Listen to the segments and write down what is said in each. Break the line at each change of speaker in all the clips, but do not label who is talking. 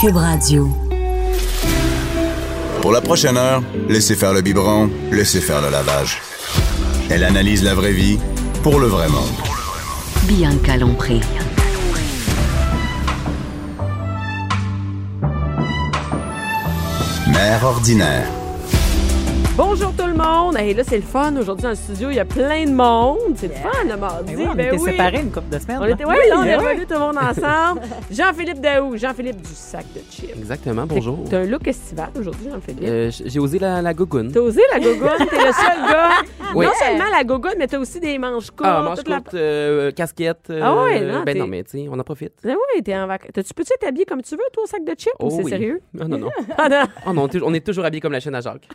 Cube Radio.
Pour la prochaine heure, laissez faire le biberon, laissez faire le lavage. Elle analyse la vraie vie pour le vrai monde.
Bianca Lompré.
Mère ordinaire.
Bonjour tout le monde! Et là, c'est le fun. Aujourd'hui, dans le studio, il y a plein de monde. C'est le fun, le mardi.
Ben oui, on
Ben
était
oui.
séparés une couple de semaines.
On
là.
était, ouais,
Oui,
là, on est
hein, ouais.
revenus tout le monde ensemble. Jean-Philippe Daou, Jean-Philippe du sac de chips.
Exactement, bonjour.
T'as un look estival aujourd'hui, Jean-Philippe.
Euh, j- J'ai osé la, la gougoune.
T'as osé la gogoune, t'es le seul gars.
Oui.
Non seulement la gogoune, mais t'as aussi des manches courtes.
Ah, manche
toute la-
courte, euh, casquette. euh,
Ah ouais, non,
ben
t'es-
non, mais tu sais, on en profite.
Ah ouais, t'es en vacances. T'as-tu- Peux-tu être habillé comme tu veux, toi, au sac de chips, ou c'est
oui.
sérieux?
Ah non, non.
Ah non,
Ah non, tu- on est toujours habillés comme la chaîne à Jacques.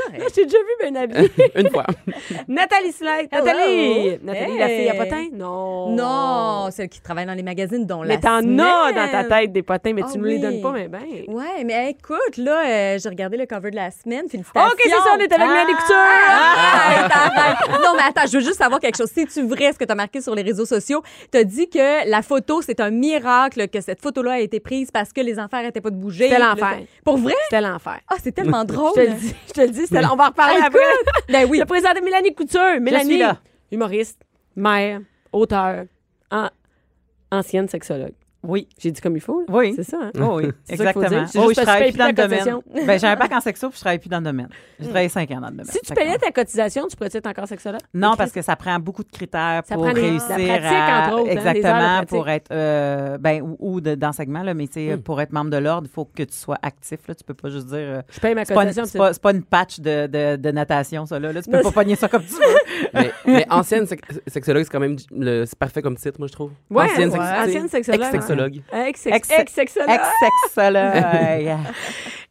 j'ai déjà vu ben habillé.
Une fois.
Nathalie Slade.
Hello.
Nathalie! Nathalie, la
Hey.
fille à potins? Non.
Non, celle qui travaille dans les magazines dont la
Mais t'en
semaine.
as dans ta tête des potins, mais
Ah
tu ne me les
oui.
donnes pas, mais ben.
Ouais, mais écoute, là, euh, j'ai regardé le cover de la semaine. Félicitations.
OK, c'est ça, on est avec
Ah!
Mélanie Couture.
Ah! T'arrêtes. Non, mais attends, je veux juste savoir quelque chose. C'est-tu vrai ce que t'as marqué sur les réseaux sociaux? T'as dit que la photo, c'est un miracle que cette photo-là a été prise parce que les enfants n'arrêtaient pas de bouger.
C'était
Puis là,
l'enfer.
c'est- Pour vrai?
C'était l'enfer.
Ah, c'est tellement drôle.
Je te le dis, je te le dis, c'était- on va en reparler
Ah,
après.
Ben oui.
Je présente Mélanie Couture. Mélanie,
suis là.
humoriste, mère, auteur, en- ancienne sexologue.
Oui.
J'ai dit comme il faut. là.
Oui.
C'est ça, hein?
Oh oui,
C'est ça qu'il faut
exactement.
dire. C'est
Oh,
juste
je
parce que
travaille
tu
plus dans
payes
le
plus ta
domaine.
cotisation.
Ben, j'ai un bac en sexo, puis je travaille plus dans le domaine. J'ai travaillé cinq ans dans le domaine.
Si tu
Fait
payais
que-
ta cotisation, tu pourrais être encore sexologue?
Non, parce que ça prend beaucoup de critères
Ça
pour
prend des-
réussir
la pratique,
à-
entre autres, hein, des heures de
exactement
pratique. Hmm.
pour être euh, ben ou, ou de- d'enseignement là, mais tu sais, pour être membre de l'ordre, il faut que tu sois actif là, tu peux pas juste dire euh,
Je paye ma
c'est pas, une-
cotisation.
c'est
puis
pas- c'est pas une patch de, de- de natation ça là, Là, tu peux
Non,
pas pogner ça comme tu veux.
Mais, mais ancienne sex- sexologue, c'est quand même du- le- c'est parfait comme titre, moi, je trouve.
Ouais,
ancienne,
ouais.
sex-
Ancienne sexologue, hein.
Ex-sexologue.
c'est- Ex-
Ex-
Ex-sexologue.
Ex-sexologue.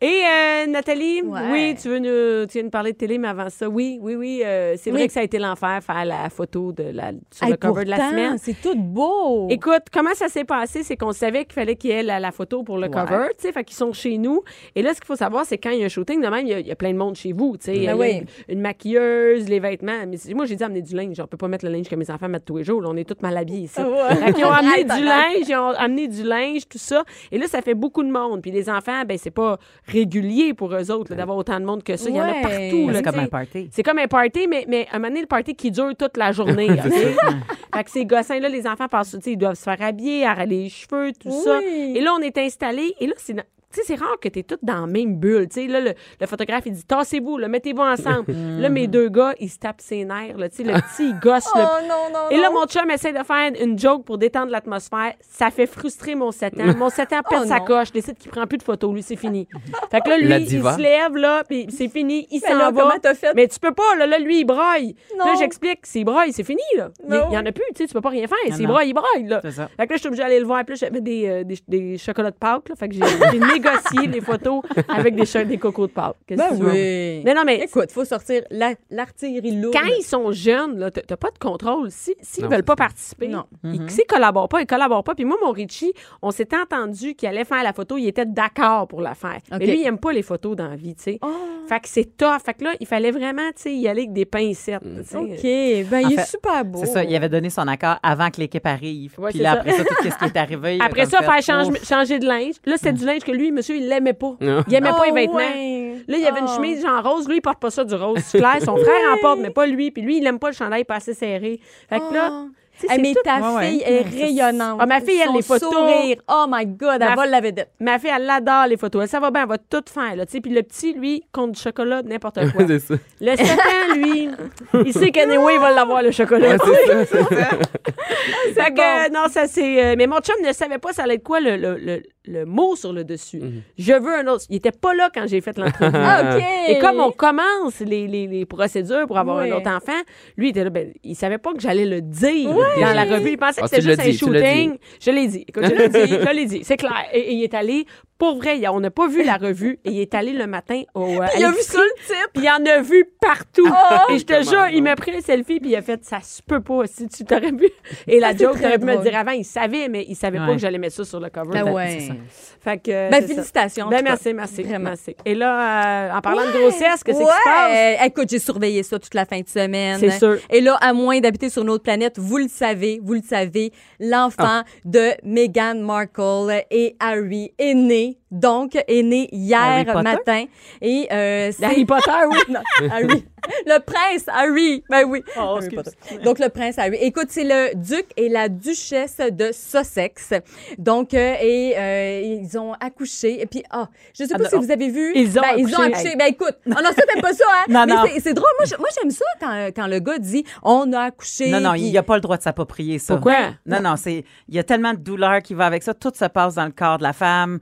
Et euh, Nathalie,
Ouais.
oui, tu veux nous, tu viens nous parler de télé, mais avant ça, oui, oui, oui, euh, c'est vrai
Oui.
que ça a été l'enfer faire la photo de la, sur
Hey,
le cover de la
pourtant,
semaine.
C'est tout beau.
Écoute, comment ça s'est passé, c'est qu'on savait qu'il fallait qu'il y ait la, la photo pour le cover, tu sais, fait qu'ils sont chez nous. Et là, ce qu'il faut savoir, c'est quand il y a un shooting, de même, il y a, il y a plein de monde chez vous, tu sais. Il y a
Ben oui.
une, une maquilleuse, les vêtements. Mais c'est- moi, j'ai dit amener du linge. On peut pas mettre le linge que mes enfants mettent tous les jours. là. on est toutes mal habillés
Ah
ici. Fait qu'ils ont amené du linge, ils ont amené du linge, tout ça. Et là, ça fait beaucoup de monde. Puis les enfants, ben c'est pas régulier pour eux autres là, d'avoir autant de monde que ça. Il y en a
Ouais.
partout. là,
Mais
C'est
tu
comme
sais.
un party.
C'est comme un party, mais, mais à un moment donné, le party qui dure toute la journée. ok? fait que ces gossins-là, les enfants passent, tu sais, ils doivent se faire habiller, arraler les cheveux, tout ça.
Oui.
Et là, on est installés. Et là, c'est. na- Tu sais, c'est rare que tu es toutes dans la même bulle. Tu sais, là, le, le photographe, il dit Tassez-vous, là, mettez-vous ensemble. là, mes deux gars, ils se tapent ses nerfs. Là, Tu sais, le petit, il gosse.
Oh
le-
non, non,
et là,
non.
mon chum essaie de faire une joke pour détendre l'atmosphère. Ça fait frustrer mon 7 ans. Mon 7 ans perd
Oh
sa
non.
coche, décide qu'il prend plus de photos. Lui, c'est fini. Fait que là,
La
lui, il
diva.
se lève, là, puis c'est fini. Il
Mais
s'en
là,
va.
comment t'as fait?
Mais tu peux pas, là, là lui, il braille.
Non.
Là, j'explique, s'il braille, c'est fini, là. Il
Non.
il y en a plus, tu sais, tu peux pas rien faire. S'il
non.
braille, il braille, là.
C'est ça.
Fait que là, je suis obligée d'aller le voir. Puis là, j'avais des, euh, des, des chocolats de Pâques, là. Fait que j'ai j'ai négocié les photos avec des, cho- des cocos de Pâques. Qu'est-ce que
Ben
tu veux?
oui.
Non, non, mais
Écoute, faut sortir la- l'artillerie lourde.
quand ils sont jeunes, là, t'as t'as pas de contrôle. Si- S'ils
Non,
veulent
c'est
pas
ça.
participer,
Non. Mm-hmm.
ils, s'ils collaborent pas, ils collaborent pas. Puis moi, mon Richie, on s'était entendu qu'il allait faire la photo, il était d'accord pour la faire.
OK.
Mais lui, il aime pas les photos dans la vie, tu sais.
Ah,
Fait que c'est tough. Fait que là, il fallait vraiment, tu sais, y aller avec des pincettes. tu sais.
OK. Ben, il
fait,
est super beau.
C'est ça, il avait donné son accord avant que l'équipe arrive.
Ouais,
Puis
c'est
là,
ça.
après ça, tout ce qui est arrivé. il a
Après
comme
ça,
fait,
faire change-
Ouf.
changer de linge. Là, c'était du linge que lui, monsieur, il l'aimait pas. Il
Ah,
aimait
Oh,
pas les vêtements. Là, il y avait une chemise genre rose. Lui, il porte pas ça du rose clair. Son frère en porte, mais pas lui. Puis lui, il aime pas le chandail pas assez serré. Fait que là, tu sais, c'est
Ah. mais
tout-
ta
Ouais,
fille
ouais.
est rayonnante.
Ah, ma fille, elle,
Son
les photos.
sourire. Oh my God,
Ma-
elle vole la vedette.
Ma fille, elle adore les photos. Elle, ça va bien, elle va tout faire. Là, tu sais. puis le petit, lui, compte du chocolat, n'importe quoi.
Ah, c'est ça.
le 7 ans, lui, il sait qu'anyway, il va l'avoir, le chocolat.
C'est ça.
Fait que, euh, non, ça c'est. euh, mais mon chum ne savait pas ça allait être quoi le, le, le, le mot sur le dessus. Je veux un autre. Il était pas là quand j'ai fait l'entrevue.
Ah, OK.
Et comme on commence les, les- les procédures pour avoir
Oui.
un autre enfant, lui, il était là, ben, il savait pas que j'allais le dire dans la revue. Il pensait
Ah,
que c'était
tu l'as
juste un
dit, tu l'as
shooting.
dit.
Je l'ai dit. Écoute, je l'ai dit, je l'ai dit. C'est clair. Et, et il est allé, pour vrai, il a- on n'a pas vu la revue, et il est allé le matin au. euh, à
Il a vu
l'épicerie.
ça, Oh! le type.
Puis il en a vu partout. et je te jure, il m'a pris un selfie, puis il a fait ça se peut pas si tu t'aurais vu. Et la
Ça, c'est
joke,
très
t'aurais pu me le
drôle.
dire avant, il savait, mais il savait
Ouais.
pas que j'allais mettre ça sur le cover.
Ben
Fait-
ouais.
Fait que. euh,
Ben,
c'est ça.
félicitations, en
Ben,
tout cas.
merci, merci,
Vraiment.
merci. Et là, euh, en parlant de grossesse, qu'est-ce qui se passe?
Ouais. Écoute, j'ai surveillé ça toute la fin de semaine.
C'est sûr.
Et là, à moins d'habiter sur une autre planète, vous le savez, vous le savez,
Ah.
l'enfant de Meghan Markle et Harry est né, donc est né
Harry
hier
Potter?
matin. Et euh, c'est-
Harry Potter, oui.
Non, Harry. Le prince Harry. Ben oui.
Oh,
Harry
excuse.
Potter. Donc, le prince Harry. Écoute, c'est le duc et la duchesse de Sussex. Donc, euh, et euh, ils ont accouché. Et puis, ah, je sais pas si vous avez vu.
Ils ont
Ben, Ils ont
accouché.
accouché. Ben écoute, oh, non, ça, t'aimes pas ça, hein?
Non,
Mais
non.
c'est- c'est drôle. Moi, je- moi, j'aime ça quand, euh, quand le gars dit on a accouché.
Non, non,
puis-
il n'a pas le droit de s'approprier ça.
Pourquoi?
Ben,
Non, non, c'est il y a tellement de douleur qui va avec ça. Tout se passe dans le corps de la femme.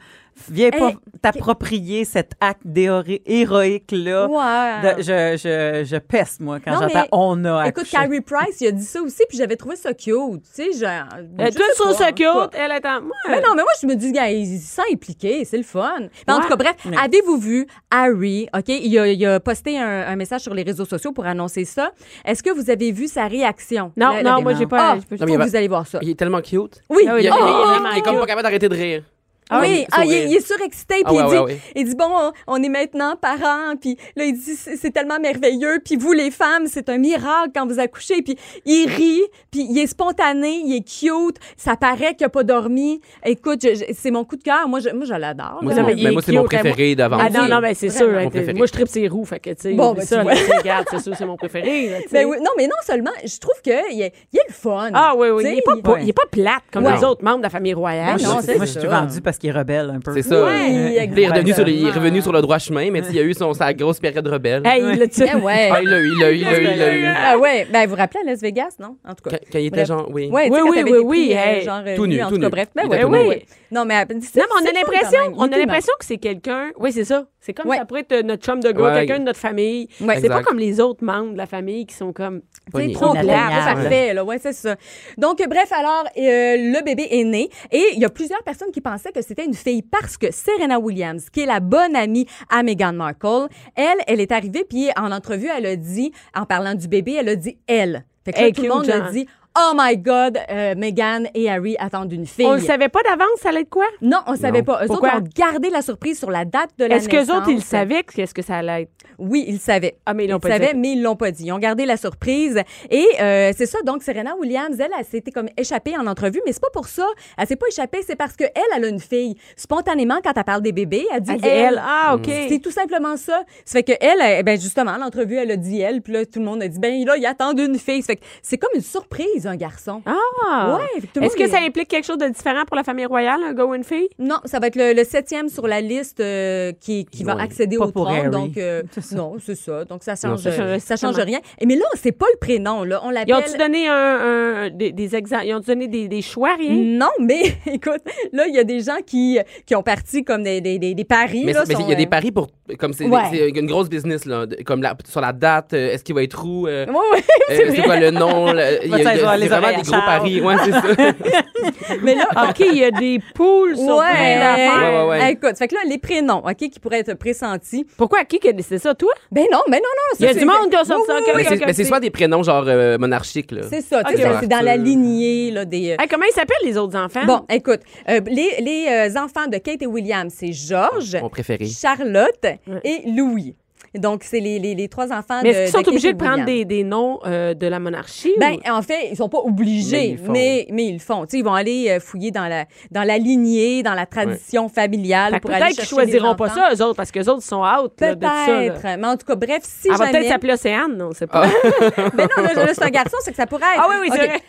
Viens pas
Hey,
t'approprier cet acte déhoré- héroïque-là.
Ouais.
De- je, je, je peste, moi, quand
Non,
j'entends
mais-
on a
Écoute,
accouché.
Carrie Price, il a dit ça aussi, puis j'avais trouvé ça cute. Tu sais, genre.
Euh,
je
Tout
sais
sur
pas,
ce
en tout cas.
cute, elle est en.
Mais Ah non, mais moi, je me dis, gars, il s'est impliqué, c'est le fun. Mais en
Ouais.
tout cas, bref,
Mais-
avez-vous vu Harry, OK, il a, il a posté un, un message sur les réseaux sociaux pour annoncer ça. Est-ce que vous avez vu sa réaction?
Non,
La-
non,
la-
moi, j'ai pas-
Ah,
j'ai pas-
faut
Non, mais il
que
va-
vous allez voir ça.
Il est tellement cute.
Oui,
Ah oui,
Il,
il est-
Ah,
il est Oh,
ah,
vraiment
est comme pas capable d'arrêter de rire.
ah, oui,
Ah,
ah,
il
il,
est
est- il est surexcité, puis
Ah ouais,
il, dit,
ouais, ouais.
il dit, bon, on- on est maintenant parents, puis là, il dit, c'est c'est tellement merveilleux, puis vous, les femmes, c'est un miracle quand vous accouchez, puis il rit, puis il est spontané, il est cute, ça paraît qu'il n'a pas dormi. Écoute, je- je- c'est mon coup de cœur, moi, je, moi, je l'adore.
Moi,
là.
c'est
Non,
mon,
mais il
mais
est
moi, c'est mon
cute, hein,
préféré d'avant.
Ah
Vraiment.
non, non, mais c'est
Vraiment.
sûr. hein,
Mon préféré.
moi, je tripe ses roues, fait que, tu sais,
Bon,
oublie
ben,
ça,
tu
là,
vois.
tu sais, regarde, c'est sûr, c'est mon préféré. là, tu sais.
Ben oui, non, mais non seulement, je trouve qu'il est, il est le fun.
Ah oui, oui,
Tu
il
sais,
n'est pas,
il-
pas- il est pas plate comme
Ouais.
les autres membres de la famille royale.
Ben non,
Moi,
c'est
moi, je suis
ça.
vendue parce qu'il est rebelle un peu.
C'est ça.
Oui,
Puis il, est
exactement.
revenu sur le, il est revenu sur le droit chemin, mais tu sais, il a eu son, sa grosse période rebelle.
Hey, il l'a tué.
Ah ouais.
Ah, il l'a eu, il l'a eu, il l'a eu, il l'a eu.
Ah ouais, ben vous vous rappelez à Las Vegas, non? En tout
Quand,
cas.
quand il était
Bref.
genre, oui.
Ouais, tu
Oui,
sais, quand
oui,
t'avais
oui,
des
oui,
prix, euh,
hey.
genre euh,
Tout nu,
nus, en
tout
tout cas,
nu.
bref. Ben
Il
ouais,
était
ouais,
tout nu.
ouais. Non, mais c'est-
Non, mais
c'est
on a
fun quand
l'impression,
même. Il
on
est
a
humain.
l'impression que c'est quelqu'un. Oui, c'est ça. C'est comme
Ouais.
ça pourrait être euh, notre chum de gars,
Ouais.
quelqu'un de notre famille.
Ouais.
C'est pas
Exact.
comme les autres membres de la famille qui sont comme.
C'est
Pogné.
trop
Inatteignable.
clair, c'est parfait, là. Ouais, c'est ça. Donc, euh, bref, alors, euh, le bébé est né et il y a plusieurs personnes qui pensaient que c'était une fille parce que Serena Williams, qui est la bonne amie à Meghan Markle, elle, elle est arrivée puis en entrevue, elle a dit, en parlant du bébé, elle a dit elle. Fait que là,
Hey,
tout le
cute, hein.
monde a
genre.
dit, oh my God, euh, Meghan et Harry attendent une fille.
On le savait pas d'avance, ça allait être quoi?
Non, on savait
Non.
pas. Eux
Pourquoi?
autres ont gardé la surprise sur la date de la
Est-ce qu'eux autres, ils le
naissance.
savaient? Qu'est-ce que ça allait être?
Oui, ils le savaient.
Ah, mais ils l'ont pas
savaient,
dit.
mais ils l'ont pas dit. Ils ont gardé la surprise. Et euh, c'est ça, donc Serena Williams, elle, elle s'était comme échappée en entrevue, mais c'est pas pour ça. Elle s'est pas échappée, c'est parce qu'elle, elle a une fille. Spontanément, quand elle parle des bébés, elle dit
Elle dit, elle. Ah, OK.
C'est tout simplement ça. Ça fait que elle, elle, ben justement, à l'entrevue, elle a dit elle, puis là, tout le monde a dit, ben là, ils attendent une fille. Ça fait que c'est comme une surprise, un garçon.
Ah!
Ouais, fait que tout le
Est-ce
monde
que
est-
ça implique quelque chose de différent pour la famille royale, un gars ou une fille?
Non, ça va être le, le septième sur la liste euh, qui, qui va
Ouais.
accéder
Pas
au
pour
trône.
Harry.
Donc, euh,
C'est ça.
non, c'est ça. Donc, ça
Non,
change, euh,
ça
change-
ça change rien. Et mais là, c'est pas le prénom. Là. On
Ils ont-tu
l'appelle.
donné un, un- des, des exemples? Ils ont donné des, des choix, rien?
Non, mais écoute, là, il y a des gens qui, qui ont parti comme des, des, des, des paris.
Mais
là,
c'est- mais
sont,
il y a
euh,
des paris pour. Comme c'est
Ouais.
c'est une grosse business, là. de- Comme la- sur la date, euh, est-ce qu'il va être roux? euh,
Ouais, ouais.
euh, c'est quoi le nom? le- il y a- il y
Va-t-il avoir
a-
les
C'est vraiment
oreilles à
des gros
Charles?
paris. Ouais, c'est ça.
Mais là,
OK, il y a des poules sur plein d'affaires.
Ouais, ouais, ouais.
Écoute, fait que là, les prénoms, OK, qui pourraient être pressentis.
Pourquoi? Qui qui a décidé ça? Toi?
Ben non, ben non, non. ça,
Il y a
c'est-
du monde qui a sorti
Oui,
ça.
oui,
OK,
Mais
OK,
c'est-
OK,
mais c'est
OK.
souvent des prénoms genre euh, monarchiques, là.
C'est ça, tu sais,
Ok.
ça, c'est dans la lignée là, des. euh,
Hey, comment ils s'appellent, les autres enfants?
Bon, écoute, euh, les, les, euh, enfants de Kate et William, c'est George,
Mon préféré.
Charlotte et Louis. Donc, c'est les, les, les trois enfants
Mais
de.
est-ce qu'ils
de
sont
Kate
obligés
et
de prendre
William.
des, des noms euh, de la monarchie?
Ben,
ou-
en fait, ils sont pas obligés,
Mais ils
mais,
le font.
mais, ils le font. Tu sais, ils vont aller euh, fouiller dans la, dans la lignée, dans la tradition familiale
Fait que
pour aller
peut-être qu'ils
chercher
choisiront
des
pas
enfants.
ça, eux autres, parce qu'eux autres sont out là, de tout ça. là.
Peut-être. Mais en tout cas, bref, si
Elle va peut-être
jamais...
s'appeler Océane, non, c'est pas.
Ben non, là, là, c'est un garçon, Ah c'est que ça pourrait être.
Ah oui, oui, c'est
OK.
vrai.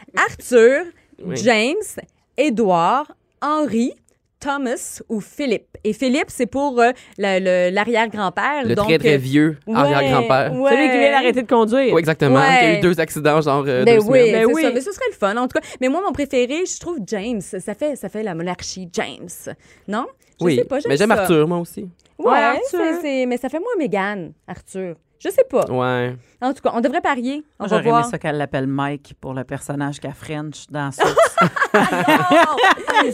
Arthur,
Oui.
James, Édouard, Henri, Thomas ou Philippe. Et Philippe, c'est pour euh, la- le- l'arrière-grand-père.
Le
donc,
très, très
euh,
vieux
ouais,
arrière-grand-père.
ouais.
Celui qui vient d'arrêter de conduire.
Oui, exactement.
Ouais.
Qui a eu deux accidents, genre euh,
Ben
deux
oui,
semaines.
c'est
Ben oui.
ça. Mais ce serait le fun, en tout cas. Mais moi, mon préféré, je trouve James. Ça fait, ça fait la monarchie, James. Non? Je
oui.
sais pas,
mais j'aime
ça.
Arthur, moi aussi.
Ouais,
Ouais, Arthur.
c'est- c'est- mais ça fait moins Mégane, Arthur. Je sais pas.
Ouais.
En tout cas, on devrait parier. On
Moi,
va
J'aurais
voir.
aimé ça qu'elle l'appelle Mike pour le personnage qu'elle French dans Source.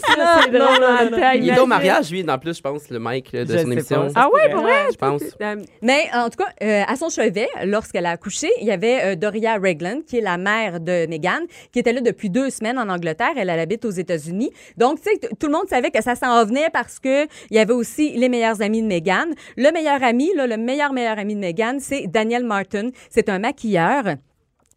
Ça, c'est drôle, en taille.
Il est au mariage, lui, en plus, je pense, le Mike là, de
Je
son
sais
émission.
pas.
Ah ouais, pour vrai?
Je pense.
Euh,
Mais en tout cas, euh, à son chevet, lorsqu'elle a accouché, il y avait euh, Doria Regland, qui est la mère de Meghan, qui était là depuis deux semaines en Angleterre. Elle, elle habite aux États-Unis. Donc, tu sais, t- tout le monde savait que ça s'en venait parce que il y avait aussi les meilleurs amis de Meghan. Le meilleur ami, là, le meilleur meilleur ami de Meghan, c'est Daniel Martin. C'est un maquilleur.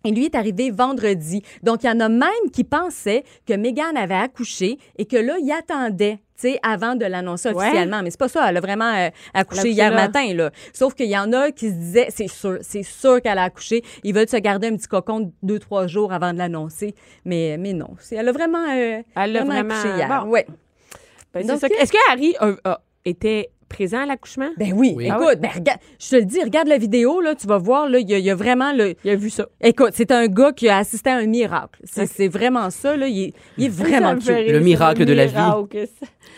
Et lui est arrivé vendredi. Donc, il y en a même qui pensaient que Meghan avait accouché et que là, il attendait, tu sais, avant de l'annoncer
Ouais.
officiellement. Mais c'est pas ça. Elle a vraiment euh, accouché
accouché
hier
là.
matin, là. Sauf qu'il y en a qui se disaient, c'est sûr, c'est sûr qu'elle a accouché. Ils veulent se garder un petit cocon deux, trois jours avant de l'annoncer. Mais, mais non. C'est- Elle a vraiment, euh,
Elle l'a
vraiment
vraiment-
accouché hier.
bon.
Ouais.
ben, c'est
Donc,
ça.
euh,
Est-ce que Harry a- a- était présent à l'accouchement?
Ben oui,
Oui.
écoute,
Ah ouais.
ben regarde, je te le dis, regarde la vidéo, là, tu vas voir, là, il y, a- il y a vraiment le,
Il a vu ça.
Écoute, c'est un gars qui a assisté à un miracle. C'est c'est vraiment ça, là. Il est, il est vraiment cute.
Le miracle de la vie.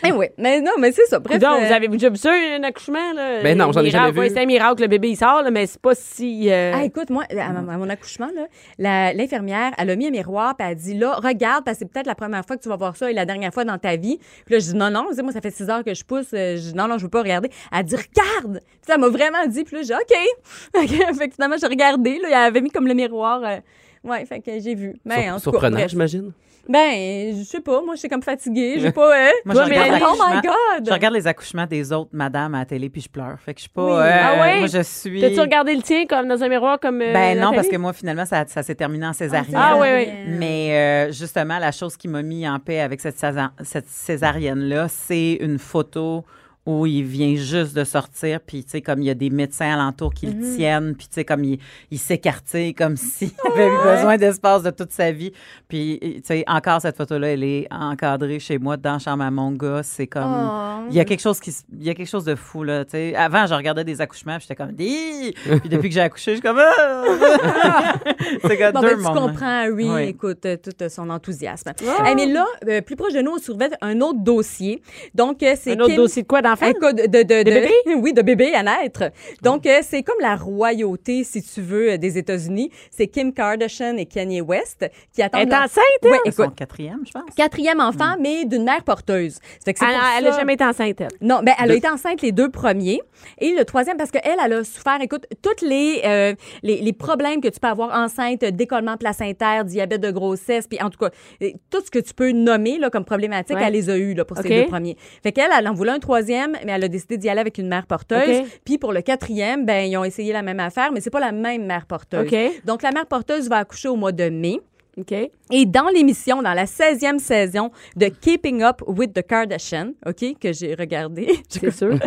Eh oui, mais non, mais c'est ça. Bref,
Donc,
euh,
vous avez déjà vu ça, un accouchement? Là?
Ben non, j'en ai
Miracle,
jamais vu.
ouais, c'est un miracle, le bébé, il sort, là, mais c'est pas si... euh,
ah, écoute, moi, à, mon- à mon accouchement, là, la- l'infirmière, elle a mis un miroir, puis elle a dit, là, regarde, parce que c'est peut-être la première fois que tu vas voir ça et la dernière fois dans ta vie. Puis là, je dis, non, non, dis, moi, ça fait six heures que je pousse. Euh, Je dis, non, non, je veux pas regarder. Elle dit, regarde! Puis ça m'a vraiment dit, puis là, j'ai, OK. OK. fait que finalement, j'ai regardé, là, elle avait mis comme le miroir. euh, ouais, fait que j'ai vu. Mais
Sur-
Ben, en tout cas,
surprenant,
bref.
j'imagine.
Ben, je sais pas, moi, je suis comme fatiguée, j'ai pas... euh,
Moi, je
Toi,
regarde
Mélanie,
oh my
l'accouchement-
God!
Je regarde les accouchements des autres madames à la télé puis je pleure. Fait que je suis pas.
Oui.
euh,
Ah ouais?
Moi, je suis.
T'as-tu regardé le tien comme dans un miroir comme. euh,
Ben non,
Nathalie?
parce que moi, finalement, ça, ça s'est terminé en césarienne.
Ah oui, oui.
Mais euh, justement, la chose qui m'a mis en paix avec cette, césar- cette césarienne-là, c'est une photo où il vient juste de sortir, puis tu sais, comme il y a des médecins alentour qui
Mhm.
le tiennent, puis tu sais, comme il, il s'écartait, comme s'il
Ah
avait eu besoin d'espace de toute sa vie. Puis, tu sais, encore cette photo-là, elle est encadrée chez moi, dans la chambre à mon gars. C'est comme...
Oh.
Il
Mm.
y a quelque chose qui se- il y a quelque chose de fou là, tu sais. Avant, je regardais des accouchements, puis j'étais comme Ih! puis depuis que j'ai accouché, je suis comme Ah! C'est comme
Bon,
deux
ben, tu
mondes.
comprends, Harry,
Oui.
écoute, euh, tout euh, son enthousiasme. Eh, mais là, euh, plus proche de nous, on surveille un autre dossier. Donc, euh, c'est
Un autre
Kim-
dossier de quoi d'enfant?
Un cas de, de, de- de-
bébé? Oh.
Oui, de bébé à naître. Donc, euh, c'est comme la royauté, si tu veux, euh, des États-Unis. C'est Kim Kardashian et Kanye West qui
Elle
attendent...
est
leur-
enceinte?
Ouais,
C'est son
écoute,
hein. quatrième, je pense.
quatrième enfant, mais d'une mère porteuse. Ça fait que c'est
Hmm. Elle
pour
elle a
ça-
jamais été enceinte, elle.
non, ben, elle a été enceinte les deux premiers. Et le troisième, parce qu'elle, elle a souffert, écoute, tous les, euh, les, les problèmes que tu peux avoir enceinte, euh, décollement placentaire, diabète de grossesse, puis en tout cas, euh, tout ce que tu peux nommer là, comme problématique,
Ouais.
elle les a eues là, pour
OK.
ces deux premiers. Fait qu'elle, elle en voulait un troisième, mais elle a décidé d'y aller avec une mère porteuse.
OK.
Puis pour le quatrième, ben, ils ont essayé la même affaire, mais c'est pas la même mère porteuse.
OK.
Donc, la mère porteuse va accoucher au mois de mai.
OK.
Et dans l'émission, dans la 16e saison de Keeping Up with the Kardashians, OK, que j'ai regardé.
C'est sûr.
non,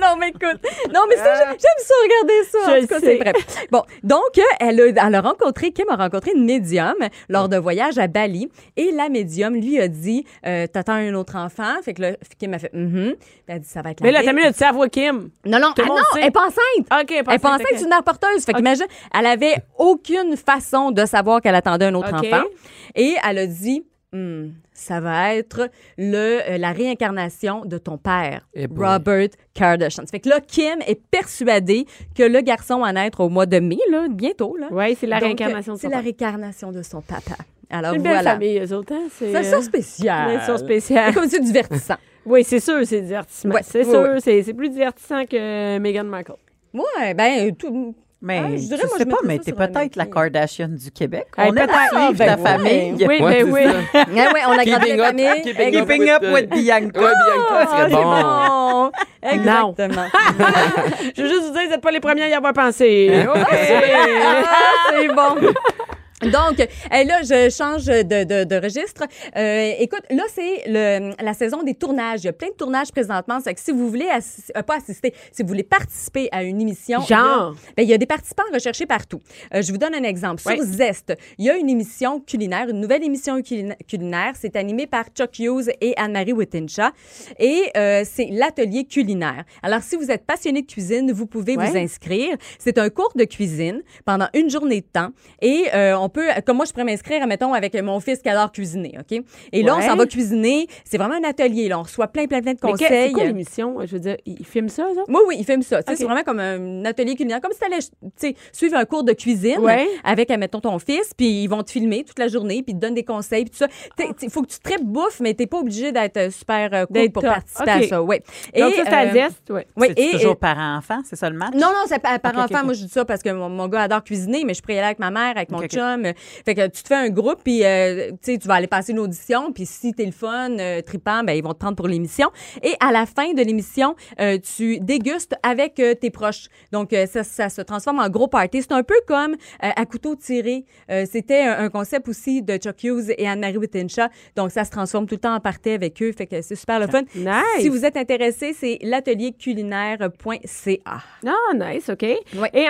non, mais écoute. Non, mais ça, j'ai- j'aime ça regarder ça.
Ah. Je
en tout cas,
sais.
c'est vrai. Bon, donc, euh, elle a, elle a rencontré, Kim a rencontré une médium lors de voyage à Bali. Et la médium lui a dit, euh, t'attends un autre enfant. Fait que là, Kim a fait, mhm. Puis Elle a dit, ça va être la
Mais là,
mienne.
t'as mis le petit avoué Kim.
Non, non,
Tout le
ah
monde
non,
sait.
elle est pas enceinte.
OK, elle
Elle
pensait
pensait que c'est une mère porteuse. Fait
Ok.
qu'imagine, elle avait aucune façon de savoir qu'elle attendait un autre
Ok.
enfant. Et elle a dit, Hmm, ça va être le, euh, la réincarnation de ton père,
Eh boy.
Robert Kardashian. Fait que là, Kim est persuadée que le garçon va naître au mois de mai, là, bientôt. Là.
Oui, c'est la
Donc,
réincarnation de
C'est
son
la
père.
réincarnation de son papa.
C'est
Alors
une belle
Ah, voilà.
famille, eux autres. hein, C'est
Ça sent
euh,
spécial.
une source spéciale.
Comme c'est divertissant.
Oui, c'est sûr, c'est divertissement.
Ouais,
c'est
ouais,
sûr,
ouais.
c'est c'est plus divertissant que euh, Meghan Markle.
Moi, ben, tout,
Mais
Ah, je
je,
dirais,
sais
moi,
pas,
je mettrais
mais
ça
t'es
sur un
peut-être la
papier.
Kardashian du Québec.
Hey,
On aime
peut-être.
suivre
Ah,
ta
ben
famille.
Oui,
Ouais,
ben
c'est
oui.
ça.
Ouais, ouais, on a grandi la
Ah,
famille.
Keeping up with Bianca.
Ouais, Bianca,
Ah,
très
c'est
bon.
bon.
Non.
Exactement.
Je veux juste vous dire, vous n'êtes pas les premiers à y avoir pensé. OK.
Ah, c'est bon. Donc, eh, là, je change de, de- de registre. Euh, écoute, là, c'est le- la saison des tournages. Il y a plein de tournages présentement. C'est que si vous voulez assis- euh, pas assister, si vous voulez participer à une émission,
Genre?
là, ben, il y a des participants recherchés partout. Euh, je vous donne un exemple. Sur
Ouais.
Zest, il y a une émission culinaire, une nouvelle émission culina- culinaire. C'est animé par Chuck Hughes et Anne-Marie Wittincha. Et euh, c'est l'atelier culinaire. Alors, si vous êtes passionné de cuisine, vous pouvez vous
Ouais.
inscrire. C'est un cours de cuisine pendant une journée de temps. Et euh, on peut, comme moi, je pourrais m'inscrire, mettons, avec mon fils qui adore cuisiner, OK? Et là,
Ouais.
on s'en va cuisiner. C'est vraiment un atelier. Là. On reçoit plein, plein, plein de
Mais que- c'est
conseils.
quoi l'émission? Je veux dire, ils filment ça, eux autres?
Moi, oui, il filme ça. Tu sais,
Ok.
C'est vraiment comme un atelier culinaire, comme si tu allais suivre un cours de cuisine
Ouais.
avec, admettons, ton fils, puis ils vont te filmer toute la journée, puis ils te donnent des conseils, puis tout ça. Il faut que tu tripes bouffe, mais t'es pas obligé d'être euh, super euh, cool
Ah. D'être
pour
top.
participer
Ok.
à ça. Ouais.
Donc, ça, c'est à
euh,
Zest, ouais.
ouais,
C'est
et-
toujours
et-
parent-enfant, c'est ça le match?
non, non, c'est par, par
Ok, ok,
enfant.
ok.
Moi, je dis ça parce que mon, mon gars adore cuisiner, mais je pourrais y aller avec ma mère, avec mon
Ok, ok.
chum. Euh, Fait que tu te fais un groupe, puis euh, tu sais, tu vas aller passer une audition, puis si t'es le fun, euh, tripant, ben, ils vont te prendre pour l'émission. Et à la fin de l'émission, euh, tu dégustes avec euh, tes proches. Donc, euh, ça, ça se transforme en gros party. C'est un peu comme euh, à couteau tiré. Euh, C'était un, un concept aussi de Chuck Hughes et Anne-Marie Wittencha. Donc, ça se transforme tout le temps en party avec eux. Fait que c'est super le fun.
Nice.
Si vous êtes intéressé, c'est l'atelierculinaire.ca.
Non, Ah, nice, OK. Et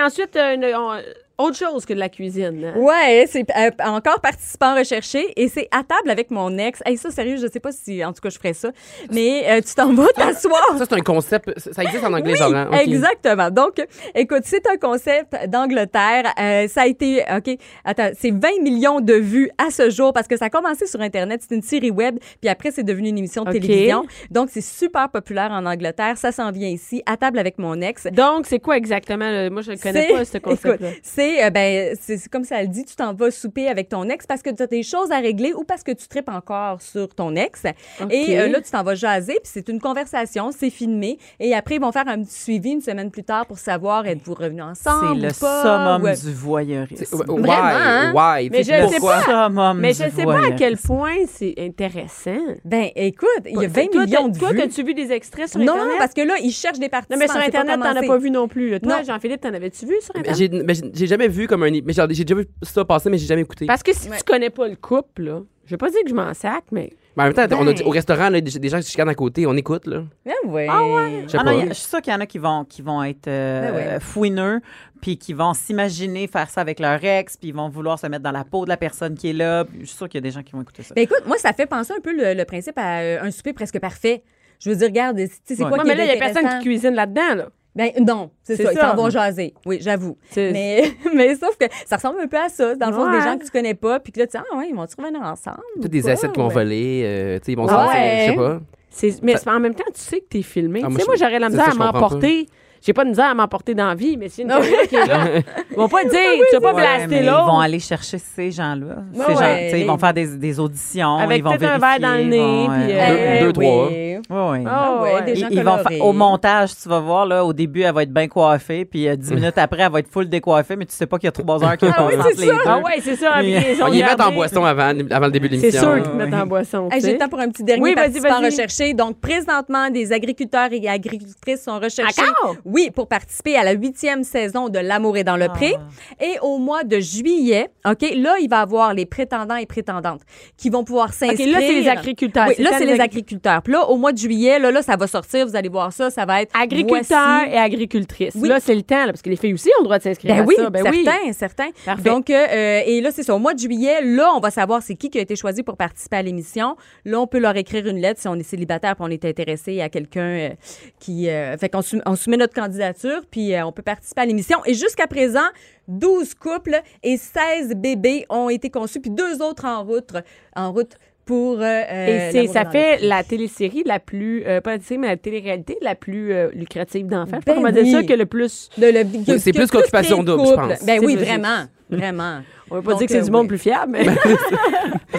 ensuite, euh, une- on- autre chose que de la cuisine. hein?
Ouais, c'est euh, encore participant recherché et c'est à table avec mon ex. Hey, ça, sérieux, je sais pas si, en tout cas, je ferais ça, mais euh, tu t'en vas t'asseoir.
Ça, c'est un concept. Ça ça existe en anglais,
Oui,
genre. hein? Ok.
Exactement. Donc, écoute, c'est un concept d'Angleterre. Euh, ça a été, OK, attends, c'est 20 millions de vues à ce jour parce que ça a commencé sur Internet. C'est une série web, puis après, c'est devenu une émission de
OK.
télévision. Donc, c'est super populaire en Angleterre. Ça s'en vient ici, à table avec mon ex.
Donc, c'est quoi exactement? le- Moi, je ne connais
C'est-
pas ce concept-là.
écoute, C'est euh, ben, c'est c'est comme ça le dit, tu t'en vas souper avec ton ex parce que tu as des choses à régler ou parce que tu tripes encore sur ton ex. Et euh, là, tu t'en vas jaser, puis c'est une conversation, c'est filmé. Et après, ils vont faire un petit suivi une semaine plus tard pour savoir êtes-vous revenus
C'est
ensemble
le
ou pas,
summum
ou, euh,
du voyeurisme.
C'est- ouais, Why?
Vraiment, hein?
Why?
Mais
Tu sais,
je sais
pourquoi?
pas.
Summum
Mais
du
je ne sais pas à quel
voyeurisme.
point c'est intéressant.
Ben, écoute, il y a 20
Toi, t'as-
millions de
Toi,
vues.
as-tu vu des extraits sur
Non,
Internet?
non, parce que là, ils cherchent des
Non,
participants.
mais sur
c'est
Internet, t'en as
commencé.
pas vu non plus. là. Toi,
Non.
Jean-Philippe, t'en avais-tu vu sur
Mais
Internet?
Ben, J'ai mais j'ai- j'ai jamais vu comme un. é- Mais genre, j'ai déjà vu ça passer, mais j'ai jamais écouté.
Parce que si
Ouais.
tu connais pas le couple, là, je veux pas dire que je m'en sac, mais
Mais en même temps, on a dit- au restaurant, là, des des gens qui se chicanent à côté, on écoute, là.
Ah ouais.
Je sais
Ah
pas.
non, y a- je suis sûre qu'il y en a qui vont, qui vont être euh,
Ben ouais.
fouineux, puis qui vont s'imaginer faire ça avec leur ex, puis ils vont vouloir se mettre dans la peau de la personne qui est là. Je suis sûre qu'il y a des gens qui vont écouter ça.
Ben écoute, moi, ça fait penser un peu le, le principe à euh, un souper presque parfait. Je veux dire, regarde, tu sais, c'est
Ouais.
quoi
Ouais,
qui
mais
est
là, il y a
intéressant?
personne qui cuisine là-dedans. Là.
Ben non, c'est
C'est
ça, ils
ça.
s'en vont jaser. Oui, j'avoue.
C'est-
Mais, mais sauf que ça ressemble un peu à ça, dans le fond,
Ouais.
des gens que tu connais pas, puis que là, tu dis, ah ouais, ils vont se revenir ensemble.
Toutes des assiettes qui vont
voler.
voler, euh, tu sais, ils vont se
Ah
sentir,
ouais.
je sais pas.
C'est- Mais c'est- en même temps, tu sais que t'es filmé.
Ah,
tu
moi,
sais,
je-
moi, j'aurais la
c'est
misère
ça,
à
je comprends
m'emporter. J'ai pas de misère à m'emporter dans la vie, mais c'est une caméra qui est là. Ils vont pas te dire, tu vas pas
Ouais, mais
blaster
ils vont
l'autre. Ben
aller chercher ces gens-là. Ces
Ouais,
gens-
ouais,
tu sais,
les-
ils vont faire des, des auditions.
Avec
ils vont
peut-être
vérifier,
un verre dans le
ils
nez,
vont,
puis,
euh,
Deux- deux, trois.
ouais, ouais.
Ah ouais,
Ben ouais, des
Ils-
gens
ils vont
colorés.
fa- au montage, tu vas voir, là, au début, elle va être bien coiffée, puis euh, dix minutes après, elle va être full décoiffée, mais tu sais pas qu'il y a trois heures qui
Ah oui,
passent
c'est
entre les
ça.
deux.
Ah ouais, c'est ça.
Oui.
puis ils ont
On y met en
gardé.
boisson avant, avant le début de
C'est
l'émission.
sûr
Ouais,
qu'ils mettent
ouais.
en boisson.
Hey,
tu
J'ai
sais.
le temps pour un petit dernier
Oui, vas-y,
participant
vas-y.
recherché. Donc, présentement, des agriculteurs et agricultrices sont recherchés.
Encore?
Oui, pour participer à la huitième saison de L'amour est dans
Ah.
le pré. Et au mois de juillet, OK, là, il va y avoir les prétendants et prétendantes qui vont pouvoir
OK,
s'inscrire.
là, c'est les agriculteurs.
Oui, là,
quand
c'est les agriculteurs. Puis là, au mois de juillet, là, là, ça va sortir. Vous allez voir ça. Ça va être
Agriculteurs
voici-
et agricultrices.
Oui.
Là, c'est le temps, là, parce que les filles aussi ont le droit de s'inscrire
Ben
à
oui,
ça. Ben oui,
certain, certain.
Parfait.
Donc, euh, euh, et là, c'est ça. Au mois de juillet, là, on va savoir c'est qui qui a été choisi pour participer à l'émission. Là, on peut leur écrire une lettre si on est célibataire puis on est intéressé à quelqu'un euh, qui... euh, fait qu'on sou- on soumet notre candidature, puis euh, on peut participer à l'émission. Et jusqu'à présent, 12 couples et 16 bébés ont été conçus, puis deux autres en route, en route pour... euh, euh,
Et c'est,
l'amour
ça
dans le
fait
pré.
la télésérie la plus, euh, pas la télésérie, mais la télé-réalité la plus euh, lucrative d'enfants. Je sais pas
Ben
comment dire ça
oui.
que le plus.
De le- que-
c'est
que
plus qu'Occupation
créer de
double, je
couple.
pense.
Ben oui,
C'est-
vraiment, vraiment.
On va pas
Donc,
dire que c'est
euh,
du monde
oui.
plus fiable, mais.
Eux